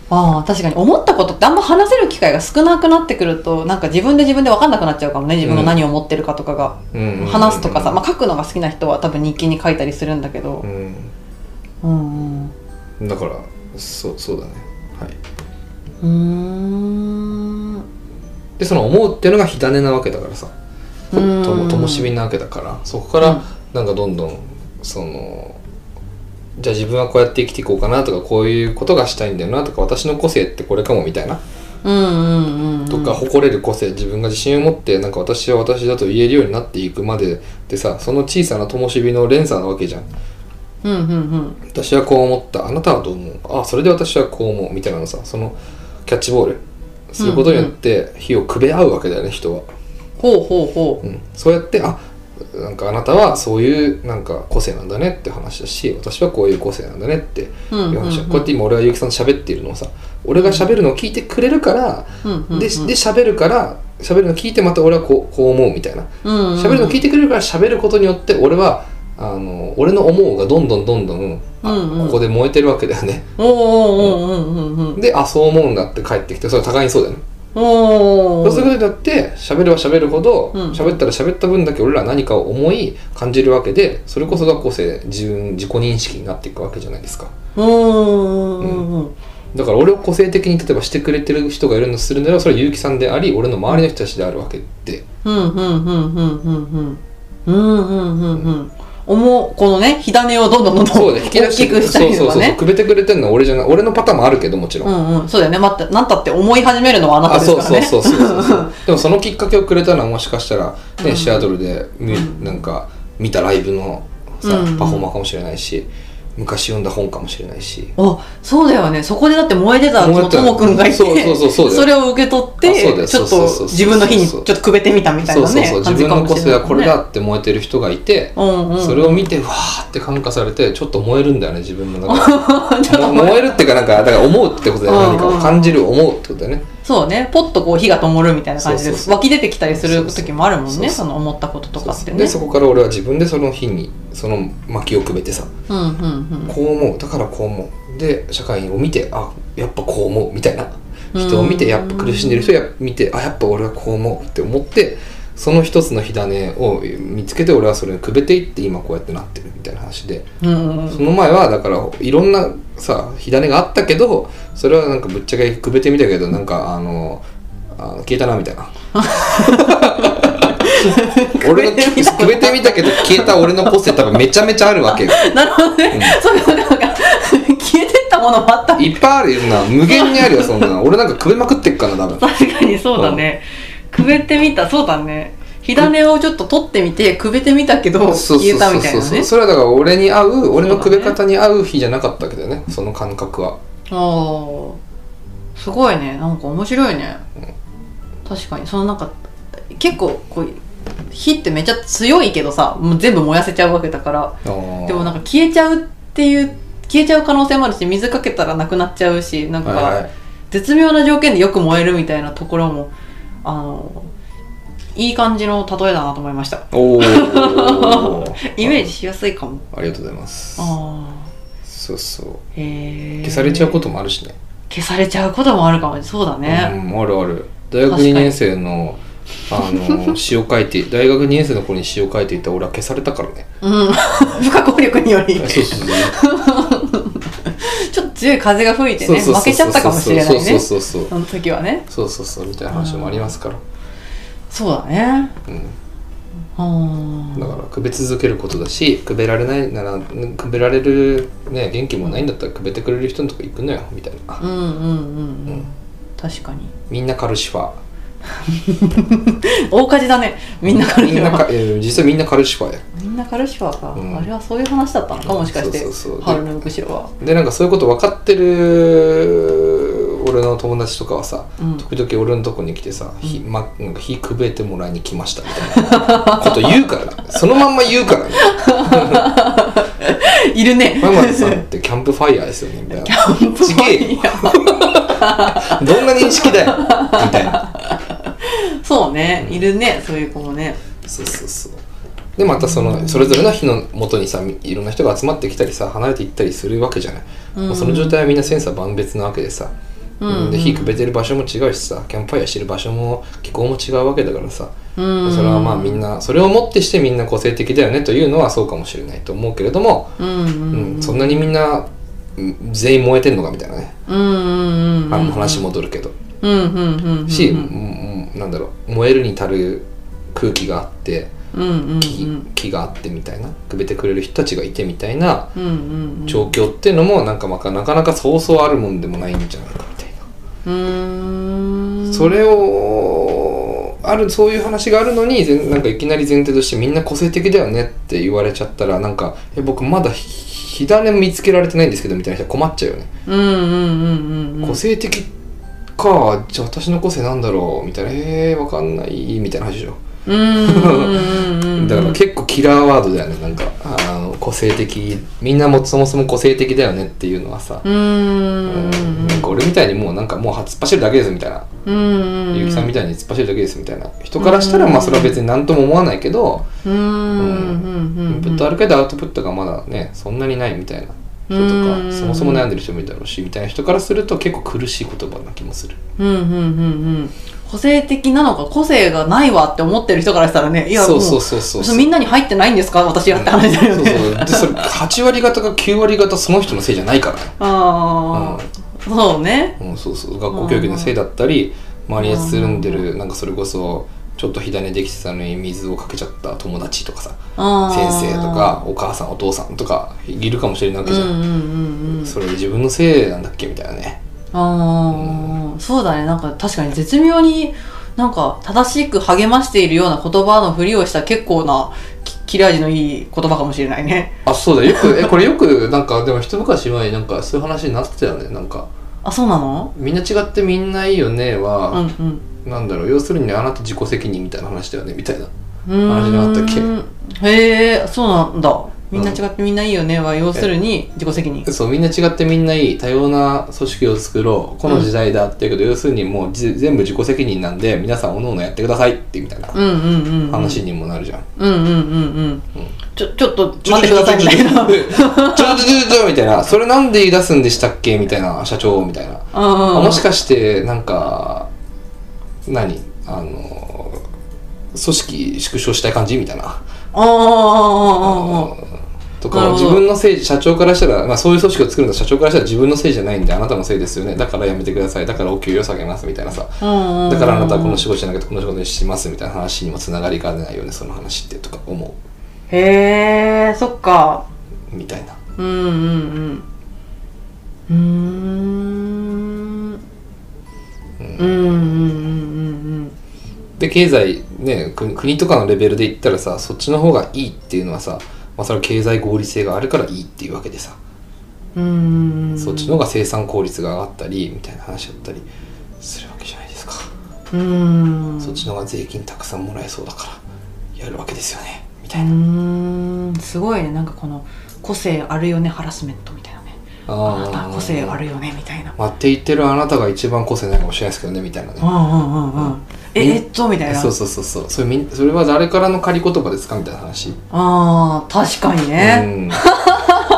S1: ああ確かに思ったことってあんま話せる機会が少なくなってくるとなんか自分で自分で分かんなくなっちゃうかもね自分が何を思ってるかとかが、
S2: うんうんうん
S1: 話すとかさ、まあ、書くのが好きな人は多分日記に書いたりするんだけどう
S2: う、
S1: ん
S2: んだからそうそうだねはい
S1: うんうーん
S2: でその思うっていうのが火種なわけだからさと
S1: うん
S2: もともし火なわけだからそこから
S1: うん
S2: なんかどんどんそのじゃあ自分はこうやって生きていこうかなとかこういうことがしたいんだよなとか私の個性ってこれかもみたいな
S1: うんうんうんうん
S2: とか誇れる個性自分が自信を持ってなんか私は私だと言えるようになっていくまででさその小さな灯火の連鎖なわけじゃん
S1: うんうんうん
S2: 私はこう思ったあなたはどう思うあそれで私はこう思うみたいなのさそのキャッチボールすることによって火をくべ合うわけだよね人は、
S1: ほうほうほう
S2: うん、そうやってあなんかあなたはそういうなんか個性なんだねって話だし私はこういう個性なんだねっていう
S1: うんうんうん
S2: 話、こうやって今俺は結城さんと喋っているのをさ俺が喋るのを聞いてくれるから、
S1: うんうんうん
S2: でで喋るから喋るのを聞いてまた俺はこうこう思うみたいな
S1: うんうんうん
S2: 喋るのを聞いてくれるから喋ることによって俺はあの俺の思うがどんどんどんどん、あ
S1: うんうん
S2: ここで燃えてるわけだよね
S1: おおおーおーおーおーおー
S2: であそう思うんだって帰ってきてそれは互いにそうだよね
S1: おー
S2: そうすることによって喋れば喋るほど
S1: うん
S2: 喋、ったら喋った分だけ俺ら何かを思い感じるわけでそれこそが個性自分自己認識になっていくわけじゃないですか
S1: うんうんうんうん
S2: だから俺を個性的に例えばしてくれてる人がいるのするならそれは結城さんであり俺の周りの人たちであるわけで
S1: うんうんうんうんうんうんうんうんうんうん思うこのね火種をどんどんどんどん
S2: そ
S1: [laughs]
S2: うね
S1: 大きくしたり
S2: そう
S1: とか
S2: そうそうそう
S1: ね
S2: くべてくれてるのは俺じゃない俺のパターンもあるけどもちろん、
S1: うんうんそうだよねまた何たって思い始めるのはあなた
S2: あ
S1: です
S2: そう
S1: から
S2: そう
S1: ね
S2: そうそうそうそう [laughs] でもそのきっかけをくれたのはもしかしたら、ねシアトルでみなんか見たライブのさ、
S1: うん
S2: パフォーマーかもしれないし昔読んだ本かもしれないし
S1: あそうだよねそこでだって燃えてた
S2: 燃えてた
S1: ともくんがいて
S2: そうそうそうそうだよ
S1: それを受け取っ
S2: あそうだ
S1: て
S2: よ
S1: ちょっ
S2: そうそうそう
S1: と
S2: そう
S1: 自分の火にちょっとくべてみたみたい
S2: そう
S1: な
S2: そう
S1: ね
S2: そう自
S1: 感じ
S2: 分
S1: か
S2: の
S1: も
S2: 個
S1: し
S2: 性
S1: れない
S2: はこれだって燃えてる人がいて、
S1: うんうん
S2: それを見てわーって感化されてちょっと燃えるんだよね自分の
S1: [laughs]
S2: 中
S1: ちょっ
S2: で
S1: と
S2: も燃えるっていうかなんかだから思うってことだよね
S1: うんうん
S2: 何かを感じる思うってことだよね
S1: そうねポッとこう火が灯るみたいな感じで
S2: そうそうそう
S1: 湧き出てきたりする時もあるもんね
S2: そうそうそう
S1: その思ったこととかってね
S2: でそこから俺は自分でその日にその薪をくべてさ
S1: うんうんうん
S2: こう思うだからこう思うで社会を見てあやっぱこう思うみたいな人を見て
S1: うん
S2: やっぱ苦しんでる人をや見てあやっぱ俺はこう思うって思ってその一つの火種を見つけて俺はそれをくべていって今こうやってなってるみたいな話で
S1: うんうんうん
S2: その前はだからいろんなさ火種があったけどそれはなんかぶっちゃけくべてみたけどなんかあのあの消えたなみた
S1: [laughs]
S2: いな俺
S1: くべ
S2: の
S1: てみた
S2: くべてみたけど消えた俺の個性多分めちゃめちゃあるわけよ
S1: なるほどね、そういうのが消えてったものもあった
S2: いっぱいあるよな無限にあるよそんな俺なんかくべまくってっから多分
S1: 確かにそうだね、くべてみたそうだね火種をちょっと取ってみてくべてみたけど
S2: そ
S1: [laughs]
S2: うそ
S1: 消え
S2: うそ
S1: た
S2: う
S1: みたい
S2: そう
S1: な
S2: そ
S1: ね
S2: うそれはだから俺に合う俺のくべ方に合う日じゃなかったわけだよねその感覚は
S1: ああすごいねなんか面白いね、確かにそのなんか結構こう火ってめっちゃ強いけどさもう全部燃やせちゃうわけだから
S2: でも
S1: でもなんか消えちゃうっていう消えちゃう可能性もあるし水かけたらなくなっちゃうしなんか、 [laughs]
S2: はいはい
S1: 絶妙な条件でよく燃えるみたいなところもあのいい感じの例えだなと思いました
S2: おー
S1: [laughs] イメージしやすいかも
S2: ありがとうございます
S1: あ
S2: そうそう
S1: ーへえ
S2: 消されちゃうこともあるしね、
S1: 消されちゃうこともあるかもそうだね
S2: うんあるある大学2年生のあの詩を書いて大学2年生の頃に詩を書いていた俺は消されたから
S1: [laughs]
S2: ね
S1: うん不可抗力により
S2: そうそうそう
S1: ちょっと強い風が吹いてね
S2: そうそうそう
S1: 負けちゃったかもしれない
S2: そう
S1: ね
S2: そうそう
S1: その時はね
S2: そうそうそうみたいな話もありますから、
S1: そうだね
S2: うん、
S1: うん
S2: だからくべ続けることだしくべられないならくべられるね元気もないんだったらくべてくれる人のとこ行くのよみたいな、
S1: うんうんうんうん、
S2: うん
S1: 確かに
S2: みんなカルシファー
S1: 大火事だねみんなカルシ
S2: み
S1: フ
S2: ん
S1: ァ
S2: な
S1: ー
S2: か、えー実際みんなカルシファーや
S1: みんなカルシファーか、
S2: うん
S1: あれはそういう話だったのかもしかして、
S2: そうそうそうで
S1: 春の後
S2: [laughs]
S1: ろは
S2: でなんかそういうこと分かってる俺の友達とかはさ、
S1: うん
S2: 時々俺のとこに来てさ「火、ま、なんか火くべてもらいに来ました」みた
S1: [laughs]
S2: いなこと言うからねそのまんま言うからね
S1: いる [laughs]
S2: 「
S1: ね
S2: ママさんってキャンプファイヤーですよね」みたいな
S1: キャンプファイヤー
S2: 「 [laughs] どんな認識だよ」みたいな
S1: そうね、いるね、そういう子もね。
S2: そうそうそうでまたそのそれぞれの日のもとにさいろんな人が集まってきたりさ離れていったりするわけじゃない、もうその状態はみんな千差万別なわけでさ、で火くべてる場所も違うしさキャンプファイヤーしてる場所も気候も違うわけだからさ、それはまあみんなそれをもってしてみんな個性的だよねというのはそうかもしれないと思うけれども、
S1: うんうん
S2: うんそんなにみんなうん全員燃えてんのかみたいなね、
S1: うんうん
S2: あの話戻るけど、
S1: うんうんうん
S2: し、うんうんなんだろう燃えるに足る空気があって
S1: うんうん
S2: 木,、木があってみたいなくべてくれる人たちがいてみたいな
S1: うんうん
S2: 状況っていうのもなんかまあなかなかそうそうあるもんでもないんじゃないかみたいな。
S1: うん
S2: それをあるそういう話があるのにぜんなんかいきなり前提としてみんな個性的だよねって言われちゃったらなんか「え僕まだ火種見つけられてないんですけど」みたいな人は困っちゃうよね。
S1: うんうんうんうん
S2: 個性的かじゃあ私の個性なんだろうみたいな「えー、わかんない」みたいな話でしょ。
S1: うんうんうんうん
S2: だから結構キラーワードだよねなんかあの個性的みんなもそもそも個性的だよねっていうのはさ、
S1: うんうん
S2: なんか俺みたいにもうなんかもう突っ走るだけですみたいな
S1: うんうん
S2: ゆうきさんみたいに突っ走るだけですみたいな人からしたらまあそれは別に何とも思わないけど、
S1: うんうんう
S2: イ
S1: ん
S2: ンプットあるけどアウトプットがまだねそんなにないみたいな人とか、
S1: うん
S2: そもそも悩んでる人もいるだろうしみたいな人からすると結構苦しい言葉な気もする
S1: うんうんうんうん個性的なのか個性がないわって思ってる人からしたらねいや
S2: そうそ
S1: も
S2: うそうそう
S1: うみんなに入ってないんですか私がって話だよ
S2: そう
S1: ね、
S2: そうでそれ8割方か9割方その人のせいじゃないからね
S1: [laughs] ああ、そうね
S2: うん、そうそう学校教育のせいだったり周りにつるんでるなんかそれこそちょっと火種できてたのに水をかけちゃった友達とかさ先
S1: 先
S2: 生とかお母さんお父さんとかいるかもしれないわけ
S1: うん
S2: じゃ、
S1: うんんうん
S2: それ自分のせいなんだっけみたいなね
S1: ああ、そうだねなんか確かに絶妙になんか正しく励ましているような言葉のふりをした結構なき切れ味のいい言葉かもしれないね
S2: あそうだよくえこれよくなんかでも一昔前になんかそういう話になってたよねなんか
S1: あそうなの
S2: みんな違ってみんないいよね
S1: うんう
S2: は、
S1: ん
S2: なんだろう要するにあなた自己責任みたいな話だよねみたいな
S1: うーん
S2: 話があったっけ
S1: へえそうなんだみんな違ってみんないいよねは要するに自己責任
S2: そうみんな違ってみんないい多様な組織を作ろうこの時代だっていうけど、要するにもうじ全部自己責任なんで皆さんおのおのやってくださいってみたいな
S1: うんうんうんうん
S2: 話にもなるじゃん、
S1: うんうんうんうんちょちょっと
S2: ちょ
S1: 待ってくださいみたいな [laughs]
S2: ちょちょちょちょちょみたいなそれなんで言い出すんでしたっけみたいな社長みたいな、あも
S1: も
S2: しかしてなんか何あの組織縮小したい感じみたいな
S1: ああああああ
S2: と
S1: な
S2: か
S1: るほど
S2: 自分のせい社長からしたら、まあ、そういう組織を作るのは社長からしたら自分のせいじゃないんであなたのせいですよねだからやめてくださいだからお給料下げますみたいなさ
S1: ああ
S2: だからあなたはこの仕事じゃなくてこの仕事にしますみたいな話にもつながりが出ないよねその話ってとか思
S1: へえそっか
S2: うみたいな
S1: うんうんうんうーんうんうんうん
S2: で経済ね国国とかのレベルで言ったらさそっちの方がいいっていうのはさ、まあ、それは経済合理性があるからいいっていうわけでさ、
S1: うんうんうん
S2: そっちの方が生産効率が上がったりみたいな話だったりするわけじゃないですか、
S1: うん
S2: そっちの方が税金たくさんもらえそうだからやるわけですよねみた
S1: う
S2: いな、
S1: ーんすごいねなんかこの個性あるよねハラスメントみたいなねあ
S2: あー
S1: なたは個性あるよねみたいな
S2: まあって言ってるあなたが一番個性ないかもしれないですけどねみたい
S1: う
S2: な
S1: ん
S2: ね
S1: うんうんうんえ
S2: みん
S1: えっとみたいな
S2: そうそうそうそうそれみんそれは誰からの仮言葉ですかみたいな話
S1: あー確かに
S2: う
S1: ね
S2: ん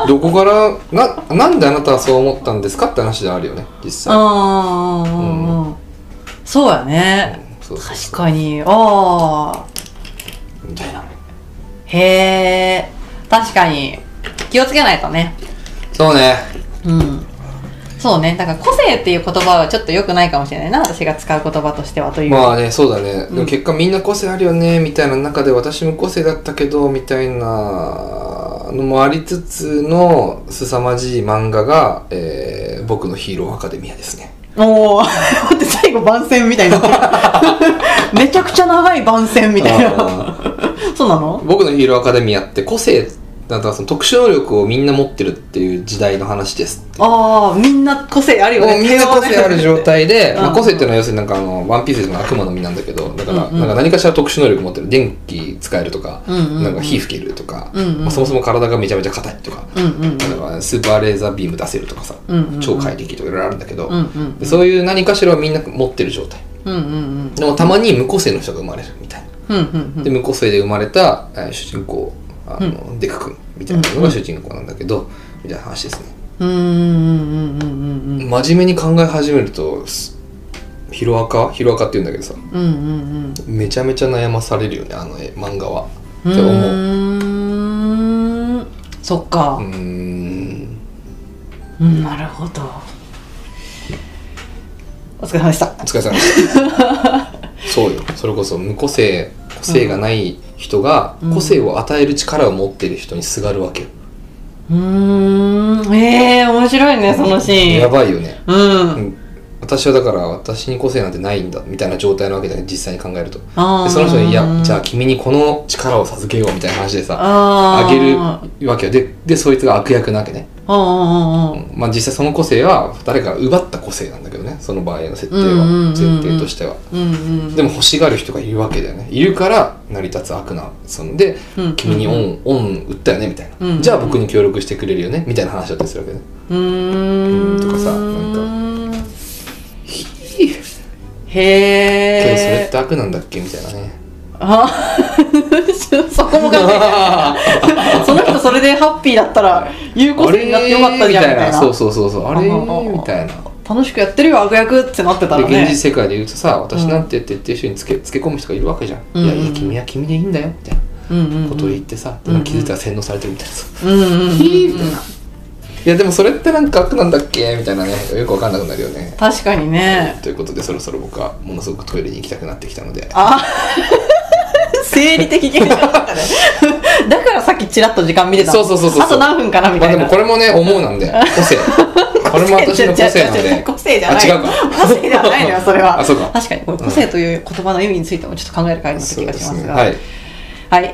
S2: どこからななんであなたはそう思ったんですかって話ではあるよね実際
S1: あーうんうんうんそうやね
S2: そうそう
S1: 確かにああ
S2: みたいな
S1: へえ確かに気をつけないとね
S2: そうね
S1: うんそうねだから個性っていう言葉はちょっと良くないかもしれないな私が使う言葉としてはという
S2: まあねそうだね、でも結果みんな個性あるよねみたいな中で私も個性だったけどみたいなのもありつつの凄まじい漫画が、えー僕のヒーローアカデミアですね
S1: おお待って最後番宣みたいな [laughs] めちゃくちゃ長い番宣みたいな
S2: あー
S1: そうなの
S2: [laughs] 僕のヒーローアカデミアって個性だとかその特殊能力をみんな持ってるっていう時代の話です
S1: ああみんな個性あるよ
S2: もう
S1: ね
S2: みんな個性ある状態で、
S1: うん
S2: まあ、個性っていうのは要するになんかあのワンピースでの悪魔の実なんだけどだから
S1: うんうん
S2: なんか何かしら特殊能力持ってる電気使えるとか,、
S1: うんうんうん
S2: なんか火吹けるとか、
S1: うんうん
S2: まあそもそも体がめちゃめちゃ硬いとか,、
S1: うんうん
S2: なんかスーパーレーザービーム出せるとかさ、
S1: うんうんうん
S2: 超怪力とかいろいろあるんだけど、
S1: うんうん
S2: でそういう何かしらをみんな持ってる状態
S1: うんうんうん
S2: でもたまに無個性の人が生まれるみたいな
S1: うんうんうん
S2: で無個性で生まれた、えー主人公あの、デク君みたいなのが主人公なんだけど、みたいな話ですね
S1: うんうんうんうんうんうん
S2: 真面目に考え始めるとすヒロアカヒロアカって言うんだけどさ
S1: うんうん
S2: めちゃめちゃ悩まされるよねあの絵漫画は
S1: う
S2: っ
S1: ん
S2: て思う
S1: うーんそっ
S2: うー
S1: か、
S2: ん
S1: うん、なるほどお疲れ様でした
S2: お疲れ様でした
S1: [laughs]
S2: そうよそれこそ無個性個性がない人が
S1: うん
S2: 個性を与える力を持ってる人にすがるわけよ、
S1: うーんええー、面白いねそのシーン
S2: やばいよね、
S1: うん、
S2: うん、私はだから私に個性なんてないんだみたいな状態なわけだね実際に考えると
S1: あ
S2: で
S1: ー
S2: その人に「いやじゃあ君にこの力を授けよう」みたいな話でさ
S1: あ
S2: あ
S1: ー
S2: げるわけよででそいつが悪役なわけね、
S1: ああ
S2: うんまあ、実際その個性は誰かが奪った個性なんだけどねその場合の設定
S1: うんうんうんう
S2: は
S1: ん
S2: 前提としては
S1: うんうん
S2: でも欲しがる人がいるわけだよねいるから成り立つ悪なそので、
S1: うん
S2: 君にオンオン打ったよねみたいな、
S1: うん
S2: じゃあ僕に協力してくれるよねみたいな話だったりするわけね
S1: うーん
S2: とかさなんか
S1: か
S2: けどそれっ
S1: へえ
S2: て悪なんだっけみたい
S1: [laughs]
S2: なね
S1: あそこも考え
S2: あ
S1: [laughs] その人それでハッピーだったら有効
S2: れ
S1: 性になってよかったじゃんみ
S2: み
S1: た
S2: た
S1: い
S2: い
S1: な
S2: そうそうそうそうあれ
S1: ああああ
S2: みたいな
S1: 楽しくやってるよ悪役ってなってた
S2: で
S1: らね
S2: 現実世界で言うとさ私なんてって言ってる人につけつけ込む人がいるわけじゃん、
S1: うん
S2: いやいや君は君でいいんだよみたいな
S1: うんうんうん
S2: ことを言ってさ、
S1: うん
S2: でも気づいたら洗脳されてるみたいなさ、
S1: うんうんうん
S2: いいみたいないやでもそれってなんか悪なんだっけみたいなねよくわかんなくなるよね
S1: 確かにね
S2: ということでそろそろ僕はものすごくトイレに行きたくなってきたので
S1: あ [laughs] 生理的にだったね [laughs] だからさっきちらっと時間見てたの
S2: そうそうそうそう
S1: あと何分かなみ
S2: ま
S1: た
S2: あ
S1: い
S2: で
S1: な、
S2: もこれもね思うなんで個性これも
S1: [laughs]
S2: 私の個性なん
S1: 違う違う違う
S2: で
S1: 個性じゃない
S2: あ違うか
S1: 個性ではないのよそれは
S2: [laughs] あそう
S1: [laughs]
S2: か
S1: 確かにこれ個性という言葉の意味についてもちょっと考える会になった気がしますが
S2: はい、
S1: はい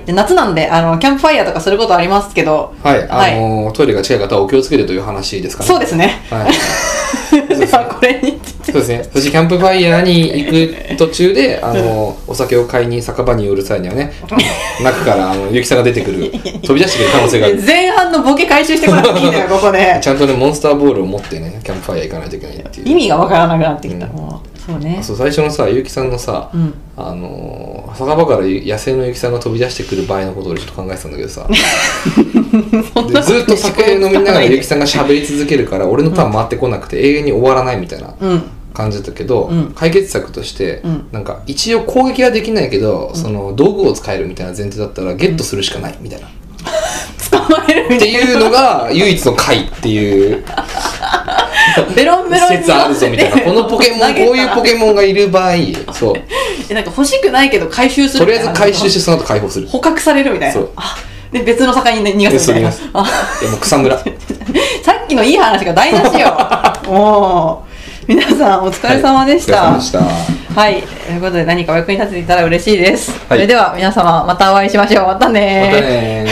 S1: で夏なんであのキャンプファイヤーとかすることありますけど
S2: はい、あのートイレが近い方はお気をつけてという話ですかね
S1: そうですね
S2: はい、
S1: では [laughs] これ
S2: [laughs]
S1: について
S2: そうですね私キャンプファイヤーに行く途中であのーお酒を買いに酒場に寄る際にはね中からあの結城さんが出てくる飛び出してくる可能性がある
S1: 前半のボケ回収してこなくていいの [laughs] よここで
S2: ちゃんとねモンスターボールを持ってねキャンプファイヤー行かないといけないっていう
S1: 意味がわからなくなってきた、
S2: うん
S1: もうそうね
S2: あそう最初のさ結城さんのさ、
S1: うん
S2: あのー酒場から野生のゆきさんが飛び出してくる場合のことを俺ちょっと考えてたんだけ
S1: [laughs]
S2: どさでずっと酒飲みながらゆきさんが喋り続けるから俺のターン回ってこなくて永遠に終わらないみたいな
S1: うん
S2: 感じだったけど、
S1: うん
S2: 解決策として、
S1: うん
S2: なんか一応攻撃はできないけど、その道具を使えるみたいな前提だったらゲットするしかないみたいな、っ
S1: [laughs] 捕まえるみた
S2: て
S1: い
S2: いうのが唯一の解って
S1: [laughs]
S2: いう
S1: なベロンベロンに
S2: 説あるぞみた
S1: [laughs]
S2: いなこのポケモン
S1: 投げたら
S2: こういうポケモンがいる場合
S1: [laughs]
S2: そう
S1: えなんか欲しくないけど回収するみ
S2: とり
S1: た
S2: あ
S1: い
S2: え
S1: な
S2: ず回収してその後解放する
S1: 捕獲されるみたい
S2: そ
S1: な
S2: う
S1: あで別の魚に逃がすみたいな
S2: でそう逃
S1: あ
S2: でもう草むら
S1: さっきのいい話が台無し [laughs] よもう皆さんお疲れ様でした、
S2: はいお疲れ様でした
S1: はい、ということで何かお役に立てていたら嬉しいです、
S2: は
S1: そ
S2: い
S1: れでは皆様またお会いしましょうまたね
S2: またね